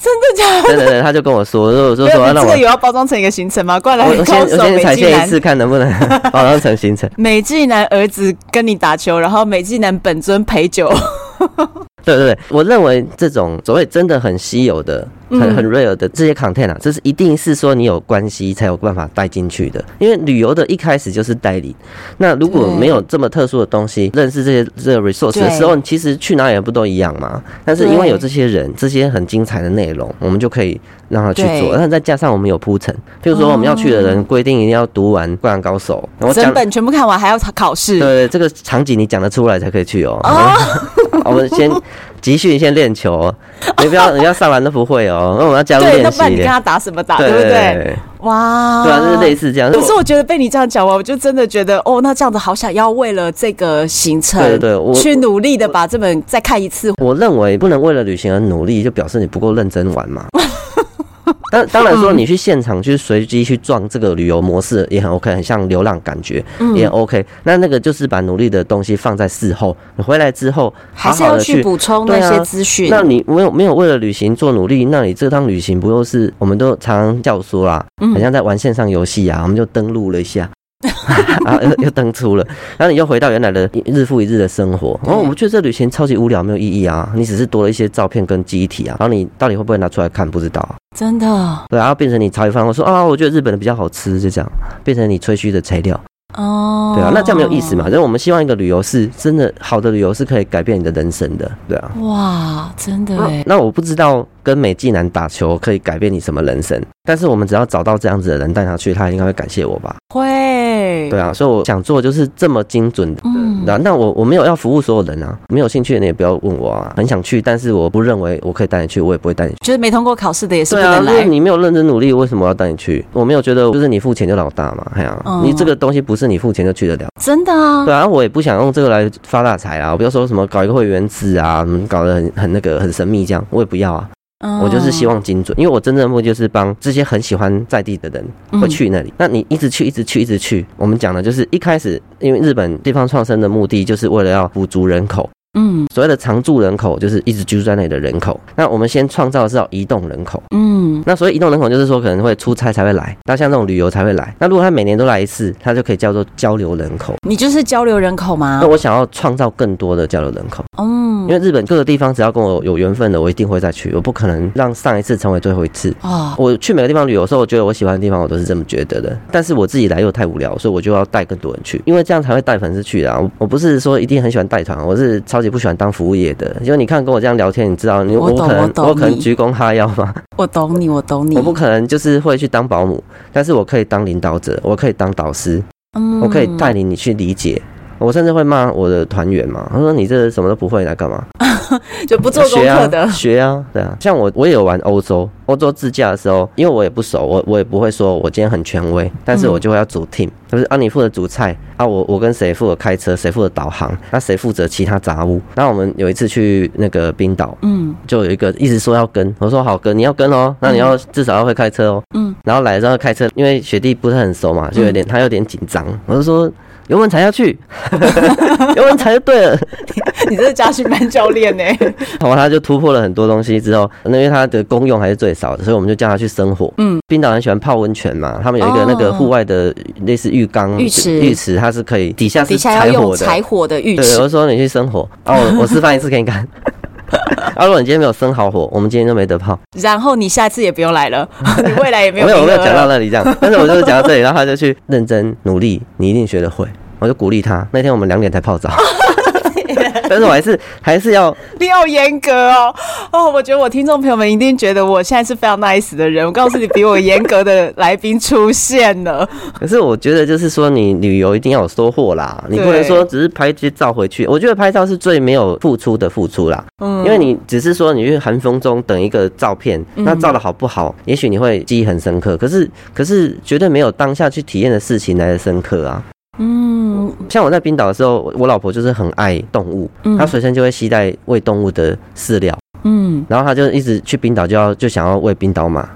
Speaker 1: 真的假的？
Speaker 2: 对对对，他就跟我说，如果说说
Speaker 1: 没有你
Speaker 2: 让
Speaker 1: 这
Speaker 2: 我
Speaker 1: 个有要包装成一个行程吗？过来
Speaker 2: 我我先
Speaker 1: 高手
Speaker 2: 我先
Speaker 1: 美
Speaker 2: 踩
Speaker 1: 技
Speaker 2: 线一
Speaker 1: 男，
Speaker 2: 次，看能不能 (laughs) 保障成行程。
Speaker 1: 美技男儿子跟你打球，然后美技男本尊陪酒，
Speaker 2: 对对对，我认为这种所谓真的很稀有的、很
Speaker 1: 嗯
Speaker 2: 很 rare 的这些 content 啊，这是一定是说你有关系才有办法带进去的。因为旅游的一开始就是代理，那如果
Speaker 1: 对
Speaker 2: 没有这么特殊的东西，认识这些这个 resource 的时候，你其实去哪里不都一样嘛？但是因为
Speaker 1: 对
Speaker 2: 有这些人，这些很精彩的内容，我们就可以让他去
Speaker 1: 对哦
Speaker 2: 做。但再加上我们有铺陈，譬如说我们要去的人规定一定要读完《灌篮高手》，然后
Speaker 1: 整
Speaker 2: 讲。
Speaker 1: 本全部看完还要考试，
Speaker 2: 对，呃这个场景你讲得出来才可以去哦。 (laughs) 啊
Speaker 1: 哦
Speaker 2: 我们先集训，先练球哦，你不要你不要上篮都不会
Speaker 1: (laughs)
Speaker 2: 哦，那我们要加入
Speaker 1: 对，
Speaker 2: 练
Speaker 1: 那不
Speaker 2: 习。
Speaker 1: 然你跟他打什么打，对不对？
Speaker 2: 对
Speaker 1: 哇，
Speaker 2: 对啊，就是类。似这样。
Speaker 1: 可是我觉得被你这样讲完，我就真的觉得哦，那这样子好想要为了这个行程，
Speaker 2: 对对对我
Speaker 1: 去努力的把这本再看一次。
Speaker 2: 我认为不能为了旅行而努力，就表示你不够认
Speaker 1: (laughs)
Speaker 2: 真玩嘛。当当然说，你
Speaker 1: 嗯
Speaker 2: 去现场去随机去撞这个旅游模式也很 OK，很像流浪感觉、
Speaker 1: 嗯
Speaker 2: 也很 OK。那那个就是把努力的东西放在事后，你回来之后好
Speaker 1: 还是
Speaker 2: 好
Speaker 1: 要
Speaker 2: 的
Speaker 1: 去补充
Speaker 2: 对
Speaker 1: 那
Speaker 2: 啊
Speaker 1: 些资讯，
Speaker 2: 那你没有没有为了旅行做努力，那你这趟旅行
Speaker 1: 嗯
Speaker 2: 不啊又是我们都常常教唆啦，好像在玩线上游戏啊，我们就登录了一下。 (laughs) 啊，又又登出了，然后你又回到原来的日复一日的生活。然后我觉得这旅行超级无聊，没有意义啊！你只是多了一些照片跟记忆体啊，然后你到底会不会拿出来看，不知道啊、
Speaker 1: 真的
Speaker 2: 对，然后啊变成你茶余饭后说啊，我觉得日本的比较好吃，就这样变成你吹嘘的材料。
Speaker 1: 哦，
Speaker 2: 对啊，那这样没有意思嘛？因为我们希望一个旅游是真的好的旅游是可以改变你的人生的，对啊。
Speaker 1: 哇，真的哎，
Speaker 2: 那我不知道跟美纪男打球可以改变你什么人生，但是我们只要找到这样子的人带他去，他应该会感谢我吧？
Speaker 1: 会，
Speaker 2: 对啊，所以我想做就是这么精准的。
Speaker 1: 嗯
Speaker 2: 那、那我我没有要服务所有人啊，没有兴趣的你也不要问我啊。很想去，但是我不认为我可以带你去，我也不会带你去。
Speaker 1: 就是没通过考试的也是不
Speaker 2: 对啊，
Speaker 1: 能
Speaker 2: 因为
Speaker 1: 来，
Speaker 2: 你没有认真努力，为什么我要带你去？我没有觉得就是你付钱就老大嘛，哎呀、
Speaker 1: 嗯
Speaker 2: 你这个东西不是你付钱就去得了。
Speaker 1: 真的啊
Speaker 2: 对，啊，我也不想用这个来发大财啊！我不要说什么搞一个会员制啊，什么搞得很很那个很神秘这样，我也不要啊！
Speaker 1: 嗯
Speaker 2: 我就是希望精准，因为我真正的目的就是帮这些很喜欢在地的人
Speaker 1: 嗯
Speaker 2: 会去那里。那你一直去，一直去，一直去，我们讲的就是一开始，因为日本地方创生的目的就是为了要补足人口。
Speaker 1: 嗯
Speaker 2: 所谓的常住人口就是一直居住在那里的人口。那我们先创造的是要移动人口。
Speaker 1: 嗯
Speaker 2: 那所以移动人口就是说可能会出差才会来，那像这种旅游才会来。那如果他每年都来一次，他就可以叫做交流人口。
Speaker 1: 你就是交流人口吗
Speaker 2: 那？我想要创造更多的交流人口，
Speaker 1: 嗯
Speaker 2: 因，为日本各个地方只要跟我有缘分的，我一定会再去，我不可能让上一次成为最后一次。
Speaker 1: 啊，
Speaker 2: 我去每个地方旅游的时候，我觉得我喜欢的地方，我都是这么觉得的。但是我自己来又太无聊，所以我就要带更多人去，因为这样才会带粉丝去的、啊。我我不是说一定很喜欢带团，我是超级不喜欢当服务业的。因为你看跟我这样聊天，你知道你
Speaker 1: 我懂
Speaker 2: 可
Speaker 1: 我
Speaker 2: 能
Speaker 1: 懂
Speaker 2: 可能
Speaker 1: 你
Speaker 2: 鞠躬哈腰吗？
Speaker 1: 我懂你，我懂你，
Speaker 2: 我不可能就是会去当保姆，但是我可以当领导者，我可以当导师，
Speaker 1: 嗯
Speaker 2: 我可以带领你去理解。我甚至会骂我的团员嘛，他说你这什么都不会，来干嘛？
Speaker 1: 就不做功课的，
Speaker 2: 学啊，学啊，对啊。像我，我也有玩欧洲，欧洲自驾的时候，因为我也不熟，我我也不会说我今天很权威，但是
Speaker 1: 嗯
Speaker 2: 我就会要组 team，、就是啊你负责煮菜啊，我我跟谁负责开车，谁负责导航，那谁负责其他杂物。然后我们有一次去那个冰岛，
Speaker 1: 嗯
Speaker 2: 就有一个一直说要跟，我说好跟，你要跟哦，那你要至少要会开车哦。
Speaker 1: 嗯，
Speaker 2: 然后来的时候开车，因为雪地不是很熟嘛，就有点、他有点紧张，我就说刘文才要去， (laughs) 刘文才就对了。
Speaker 1: (laughs) 你这是家训班教练
Speaker 2: (laughs)
Speaker 1: 呢、
Speaker 2: 然后他就突破了很多东西之后，那因为他的功用还是最少的，所以我们就叫他去生火。
Speaker 1: 嗯，
Speaker 2: 冰岛很喜欢泡温泉嘛，他们有一
Speaker 1: 哦
Speaker 2: 个那个户外的类似浴缸、
Speaker 1: 浴池
Speaker 2: 浴池它是可以底下
Speaker 1: 底
Speaker 2: 是
Speaker 1: 下
Speaker 2: 柴
Speaker 1: 要
Speaker 2: 火
Speaker 1: 用
Speaker 2: 的。
Speaker 1: 柴火的浴
Speaker 2: 对，我
Speaker 1: 池，
Speaker 2: 就说你去生
Speaker 1: (laughs)
Speaker 2: 火，啊，我我示范一次给你看。 (laughs) 啊，如果你今天没有生好火，我们今天就没得泡。
Speaker 1: 然后你下次也不用来
Speaker 2: (laughs)
Speaker 1: 了，你未来也没有
Speaker 2: 我没有，我没有
Speaker 1: 名额
Speaker 2: 讲到
Speaker 1: 了，
Speaker 2: 那里
Speaker 1: (laughs)
Speaker 2: 这样，但是我就是讲到这里，然后他就去认真努力，你一定学得会。我就鼓励他。那天我们两点才
Speaker 1: (laughs)
Speaker 2: 泡澡，
Speaker 1: 哦
Speaker 2: (laughs) 但是我还是还是要
Speaker 1: 你好严格哦。哦，我觉得我听众朋友们一定觉得我现在是非常 nice 的人，我告诉你，比我严格的来宾出现了，
Speaker 2: 可是我觉得就是说，你旅游一定要有收获啦，你
Speaker 1: 对
Speaker 2: 不能说只是拍一些照回去。我觉得拍照是最没有付出的付出啦，
Speaker 1: 嗯
Speaker 2: 因为你只是说你去寒风中等一个照片，
Speaker 1: 嗯
Speaker 2: 那照的好不好，也许你会记忆很深刻，可是可是绝对没有当下去体验的事情来的深刻啊。
Speaker 1: 嗯
Speaker 2: 像我在冰岛的时候，我我老婆就是很爱动物，
Speaker 1: 嗯
Speaker 2: 她随身就会携带喂动物的饲料，
Speaker 1: 嗯，
Speaker 2: 然后她就一直去冰岛就要就想要喂冰岛马，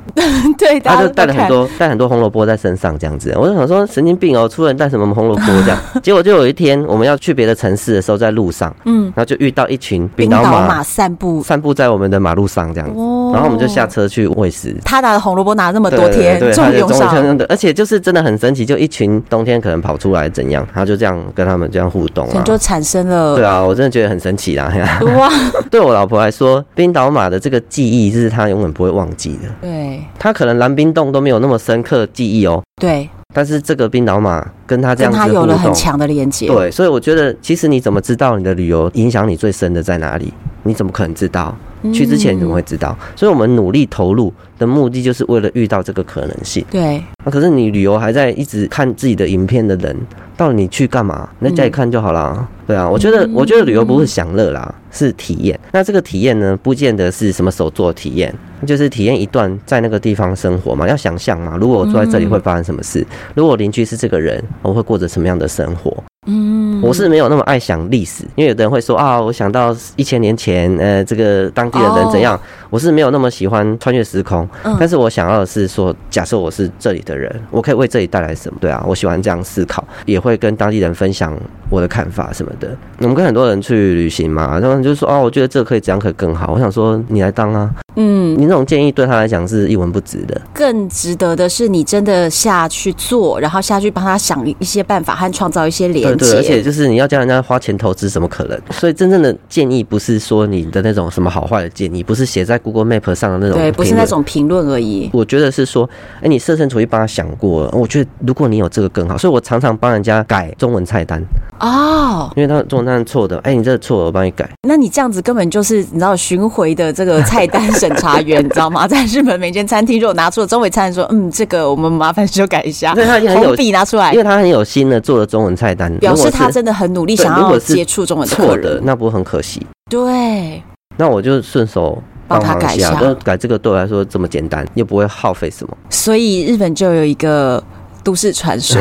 Speaker 1: 对，大
Speaker 2: 他
Speaker 1: 家
Speaker 2: 就
Speaker 1: 都
Speaker 2: 带了很
Speaker 1: 看
Speaker 2: 多带很多红萝卜在身上这样子，我就想说神经病哦，出门带什么红萝卜
Speaker 1: (laughs)
Speaker 2: 这样？结果就有一天我们要去别的城市的时候，在路上，
Speaker 1: 嗯，
Speaker 2: 然后就遇到一群
Speaker 1: 冰
Speaker 2: 冰岛
Speaker 1: 岛
Speaker 2: 马
Speaker 1: 马散步，
Speaker 2: 散步在我们的马路上这样子，
Speaker 1: 哦
Speaker 2: 然后我们就下车去喂食。
Speaker 1: 他拿的红萝卜拿那么多天，
Speaker 2: 对对对
Speaker 1: 终于
Speaker 2: 对
Speaker 1: 用
Speaker 2: 它就终于
Speaker 1: 上。
Speaker 2: 用的，而且就是真的很神奇，就一群冬天可能跑出来怎样，他就这样跟他们这样互动
Speaker 1: 可
Speaker 2: 啊
Speaker 1: 能。就产生
Speaker 2: 对
Speaker 1: 了
Speaker 2: 啊，我真的觉得很神奇啦。 (laughs) 嘿啊
Speaker 1: 哇，
Speaker 2: 对我老婆来说，冰岛马的这个记忆是她永远不会忘记的。
Speaker 1: 对
Speaker 2: 她可能蓝冰洞都没有那么深刻记忆哦，
Speaker 1: 对，
Speaker 2: 但是这个冰岛马跟他
Speaker 1: 跟
Speaker 2: 这样子
Speaker 1: 他
Speaker 2: 互
Speaker 1: 有了
Speaker 2: 动，
Speaker 1: 很强的连接。
Speaker 2: 对，所以我觉得其实你怎么知道你的旅游影响你最深的在哪里？你怎么可能知道？
Speaker 1: 嗯
Speaker 2: 去之前你怎么会知道？所以我们努力投入的目的就是为了遇到这个可能性。
Speaker 1: 对，
Speaker 2: 那、可是你旅游还在一直看自己的影片的人，到底你去干嘛？你在家里看就好啦。对啊，我觉得我觉得旅游不是享乐啦，是体验。那这个体验呢，不见得是什么手作体验，就是体验一段在那个地方生活嘛，要想象嘛。如果我住在这里会发生什么事？如果我邻居是这个人，我会过着什么样的生活？
Speaker 1: 嗯
Speaker 2: 我是没有那么爱想历史，因为有的人会说啊，我想到一千年前，呃，这个当地的人怎样。我是没有那么喜欢穿越时空，
Speaker 1: 哦嗯
Speaker 2: 但是我想要的是说，假设我是这里的人，我可以为这里带来什么？对啊，我喜欢这样思考，也会跟当地人分享我的看法什么的。我们跟很多人去旅行嘛，他们就说哦，我觉得这可以这样可以更好。我想说你来当啊，
Speaker 1: 嗯，
Speaker 2: 你那种建议对他来讲是一文不值的。
Speaker 1: 更值得的是你真的下去做，然后下去帮他想一些办法和创造一些
Speaker 2: 对
Speaker 1: 连
Speaker 2: 对，而
Speaker 1: 接。
Speaker 2: 且就是你要叫人家花钱投资，怎么可能？所以真正的建议不是说你的那种什么好坏的建议，不是写在 Google Map 上的那种，
Speaker 1: 对，不是那。种评论而已。
Speaker 2: 我觉得是说，哎，你设身处地帮他想过了。我觉得如果你有这个更好，所以我常常帮人家改中文菜单，
Speaker 1: 哦，
Speaker 2: 因为他中文菜单错的，哎，你这个错了，我帮你改。
Speaker 1: 那你这样子根本就是你知道巡回的这个菜单审查员，你知道吗？在日本每间餐厅，如果拿出了中文菜单说，嗯，这个我们麻烦修改啊一下，
Speaker 2: 对他已经很有
Speaker 1: 红笔拿出来
Speaker 2: 因，为他很有心的做了中文菜单，
Speaker 1: 表
Speaker 2: 如
Speaker 1: 示
Speaker 2: 果
Speaker 1: 他
Speaker 2: 是
Speaker 1: 真的很努力
Speaker 2: 对
Speaker 1: 想
Speaker 2: 如
Speaker 1: 要
Speaker 2: 果是
Speaker 1: 接触中文的客
Speaker 2: 错的，
Speaker 1: 人。
Speaker 2: 那不很可惜？
Speaker 1: 对，
Speaker 2: 那我就顺手
Speaker 1: 帮他改一下
Speaker 2: 那改这个对我来说这么简单，又不会耗费什么。
Speaker 1: 所以日本就有一个都市传
Speaker 2: (laughs)
Speaker 1: 说，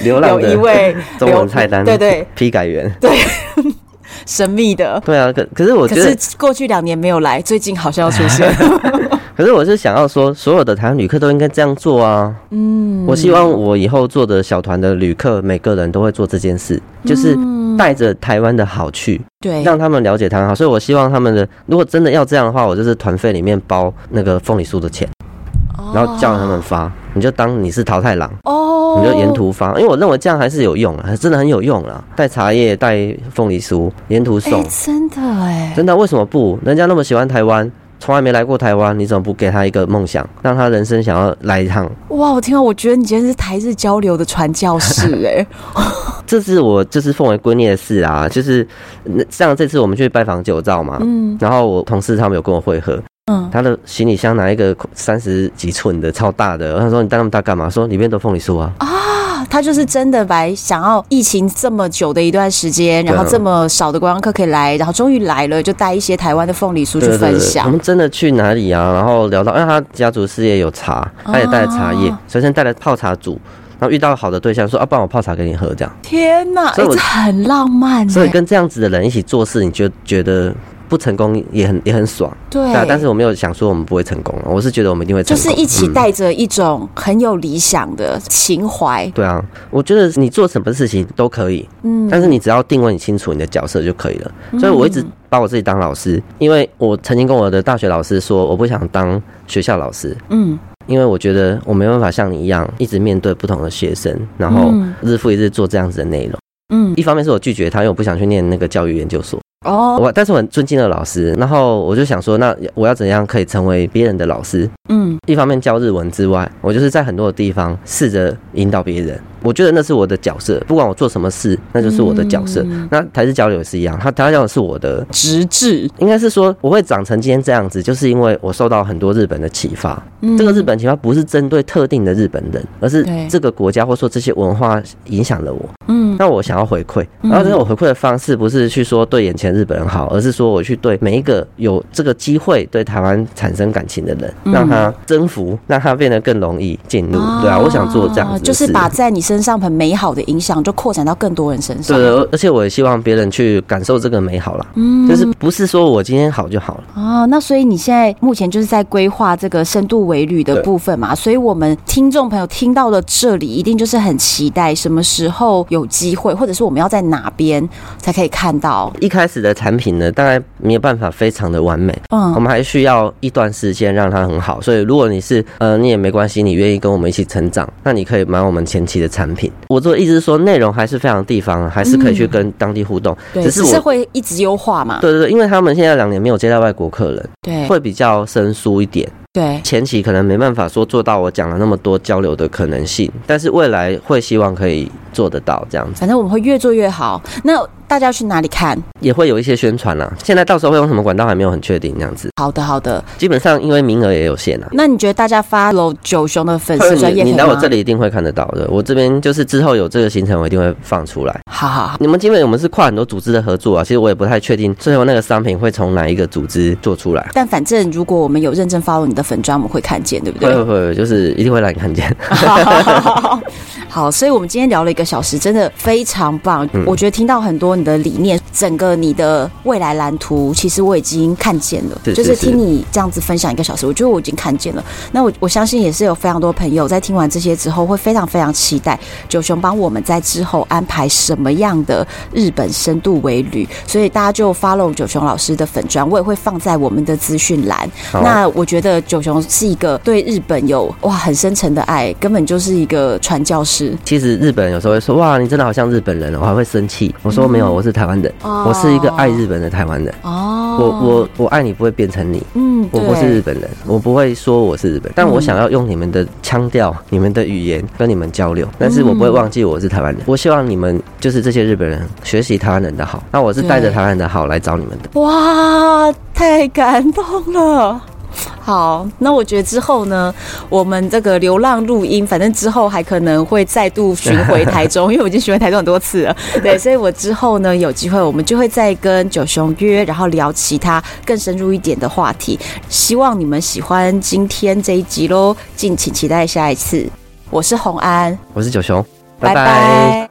Speaker 2: 流浪
Speaker 1: 有
Speaker 2: 的
Speaker 1: 一位
Speaker 2: (laughs) 中文菜单，
Speaker 1: 对对
Speaker 2: 批改员。
Speaker 1: 神秘的，
Speaker 2: 对啊，可可是我
Speaker 1: 可
Speaker 2: 觉得，
Speaker 1: 是过去两年没有来，最近好像要出
Speaker 2: (laughs)
Speaker 1: 现。
Speaker 2: 可是我是想要说，所有的台湾旅客都应该这样做啊。嗯，我希望我以后做的小团的旅客，每个人都会做这件事，就是
Speaker 1: 嗯
Speaker 2: 带着台湾的好去，
Speaker 1: 对，
Speaker 2: 让他们了解台湾好。所以我希望他们的，如果真的要这样的话，我就是团费里面包那个凤梨酥的钱，然后叫他们发，你就当你是淘汰郎。
Speaker 1: 哦，
Speaker 2: 你就沿途发，因为我认为这样还是有用啊，真的很有用啦。带茶叶，带凤梨酥，沿途
Speaker 1: 哎、
Speaker 2: 送，
Speaker 1: 真的哎、
Speaker 2: 真的为什么不？人家那么喜欢台湾，从来没来过台湾，你怎么不给他一个梦想，让他人生想要来一趟？
Speaker 1: 哇！我听到，我觉得你今天是台日交流的传教士
Speaker 2: (laughs)
Speaker 1: 哎、
Speaker 2: 这是我就是奉为圭臬的事啊，就是那像这次我们去拜访九兆嘛，
Speaker 1: 嗯
Speaker 2: 然后我同事他们有跟我会合，
Speaker 1: 嗯，
Speaker 2: 他的行李箱拿一个三十几寸的超大的，他说你带那么大干嘛？说里面都凤梨酥啊，
Speaker 1: 哦他就是真的来想要疫情这么久的一段时间，然后
Speaker 2: 对啊
Speaker 1: 这么少的观光客可以来，然后终于来了，就带一些台湾的凤梨酥去分
Speaker 2: 我
Speaker 1: 享。
Speaker 2: 们真的去哪里啊？然后聊到，因为他家族事业有茶，他也带了茶叶
Speaker 1: 哦，
Speaker 2: 随身带了泡茶组。然后遇到好的对象，说啊，帮我泡茶给你喝，这样。
Speaker 1: 天哪，哎、
Speaker 2: 所以我
Speaker 1: 这很浪漫、欸，
Speaker 2: 所以跟这样子的人一起做事，你就觉得不成功也很也很爽。
Speaker 1: 哎对
Speaker 2: 啊，但是我没有想说我们不会成功啊，我是觉得我们一定会
Speaker 1: 就
Speaker 2: 成功。
Speaker 1: 是一起
Speaker 2: 嗯
Speaker 1: 带着一种很有理想的情怀，
Speaker 2: 对啊，我觉得你做什么事情都可以，
Speaker 1: 嗯，
Speaker 2: 但是你只要定位你清楚你的角色就可以了。所以我一直把我自己当老师，因为我曾经跟我的大学老师说，我不想当学校老师，
Speaker 1: 嗯，
Speaker 2: 因为我觉得我没办法像你一样一直面对不同的学生，然后
Speaker 1: 嗯
Speaker 2: 日复一日做这样子的内容。
Speaker 1: 嗯
Speaker 2: 一方面是我拒绝他，因为我不想去念那个教育研究所。
Speaker 1: 哦，
Speaker 2: 我但是我很尊敬的老师，然后我就想说，那我要怎样可以成为别人的老师？
Speaker 1: 嗯
Speaker 2: 一方面教日文之外，我就是在很多的地方试着引导别人。我觉得那是我的角色，不管我做什么事，那就是我的角色。
Speaker 1: 嗯
Speaker 2: 那台式交流也是一样，他台式交流是我的，
Speaker 1: 直至
Speaker 2: 应该是说我会长成今天这样子，就是因为我受到很多日本的启发。
Speaker 1: 嗯
Speaker 2: 这个日本启发不是针对特定的日本人，而是
Speaker 1: 对
Speaker 2: 这个国家或说这些文化影响了我。
Speaker 1: 嗯
Speaker 2: 那我想要回馈，
Speaker 1: 嗯
Speaker 2: 然后这种回馈的方式不是去说对眼前日本人好，而是说我去对每一个有这个机会对台湾产生感情的人，
Speaker 1: 嗯哦
Speaker 2: 让他征服，让他变得更容易进入。对啊，我想做这样子的事，
Speaker 1: 就是把在你身上很美好的影响就扩展到更多人身上。
Speaker 2: 对，而而且我也希望别人去感受这个美好啦。
Speaker 1: 嗯
Speaker 2: 就是不是说我今天好就好了，
Speaker 1: 哦，那所以你现在目前就是在规划这个深度维旅的
Speaker 2: 对
Speaker 1: 部分嘛，所以我们听众朋友听到了这里，一定就是很期待什么时候有机会，或者是我们要在哪边才可以看到？
Speaker 2: 一开始的产品呢，大概没有办法非常的完美，我
Speaker 1: 嗯，
Speaker 2: 们还需要一段时间让它很好，所以如果你是呃，你也没关系，你愿意跟我们一起成长，那你可以买我们前期的产品。我做意思是说，内容还是非常地方啊，还是可以去跟当地互动，
Speaker 1: 嗯对，
Speaker 2: 只是
Speaker 1: 只
Speaker 2: 我
Speaker 1: 是会一直优化嘛。
Speaker 2: 对对对，因为他们现在两年没有接待外国客人，
Speaker 1: 对
Speaker 2: 会比较生疏一点。
Speaker 1: 对，
Speaker 2: 前期可能没办法说做到我讲了那么多交流的可能性，但是未来会希望可以做得到这样子，
Speaker 1: 反正我们会越做越好。那大家去哪里看？
Speaker 2: 也会有一些宣传啦。现在到时候会用什么管道还没有很确定，这样子。
Speaker 1: 好的，好的。
Speaker 2: 基本上因为名额也有限啊。
Speaker 1: 那你觉得大家 follow 九雄的粉
Speaker 2: 或者
Speaker 1: 丝专业
Speaker 2: 嗯你
Speaker 1: 可以
Speaker 2: 你来我
Speaker 1: 吗
Speaker 2: 这里一定会看得到的。我这边就是之后有这个行程，我一定会放出来。
Speaker 1: 好好好，
Speaker 2: 你们基本我们是跨很多组织的合作啊，其实我也不太确定最后那个商品会从哪一个组织做出来。
Speaker 1: 但反正如果我们有认真 follow 你的粉砖，我们会看见，对不
Speaker 2: 会
Speaker 1: 对
Speaker 2: 会？会，就是一定会让你看见。
Speaker 1: (laughs)
Speaker 2: 嗯
Speaker 1: 好，所以我们今天聊了一个小时，真的非常棒。我觉得听到很多你的理念，整个你的未来蓝图，其实我已经看见了，
Speaker 2: 是
Speaker 1: 就是
Speaker 2: 是
Speaker 1: 听你这样子分享一个小时，我觉得我已经看见了。那我我相信也是有非常多朋友在听完这些之后，会非常非常期待九雄帮我们在之后安排什么样的日本深度为旅，所以大家就 follow 九雄老师的粉砖，我也会放在我们的资讯栏。
Speaker 2: 好啊
Speaker 1: 那我觉得九雄是一个对日本有哇很深沉的爱，根本就是一个传教士。
Speaker 2: 其实日本人有时候会说：“哇，你真的好像日本人哦。”我还会生气。我说：“没有，我是台湾人，
Speaker 1: 哦
Speaker 2: 我是一个爱日本的台湾人。
Speaker 1: 哦
Speaker 2: 我我我爱你不会变成你，
Speaker 1: 嗯，
Speaker 2: 我不
Speaker 1: 对嗯
Speaker 2: 是日本人，我不会说我是日本人，但我想要用你们的腔调、你们的语言跟你们交流，但是我不会忘记我是台湾
Speaker 1: 嗯
Speaker 2: 人。我希望你们就是这些日本人学习台湾人的好，那我是带着
Speaker 1: 对
Speaker 2: 台湾人的好来找你们的。
Speaker 1: 哇，太感动了。好，那我觉得之后呢，我们这个流浪录音，反正之后还可能会再度巡回台 (laughs) 中，因为我已经巡回台中很多次了。对，所以我之后呢有机会，我们就会再跟九雄约，然后聊其他更深入一点的话题。希望你们喜欢今天这一集喽，敬请期待下一次。我是红安，
Speaker 2: 我是九雄，
Speaker 1: 拜拜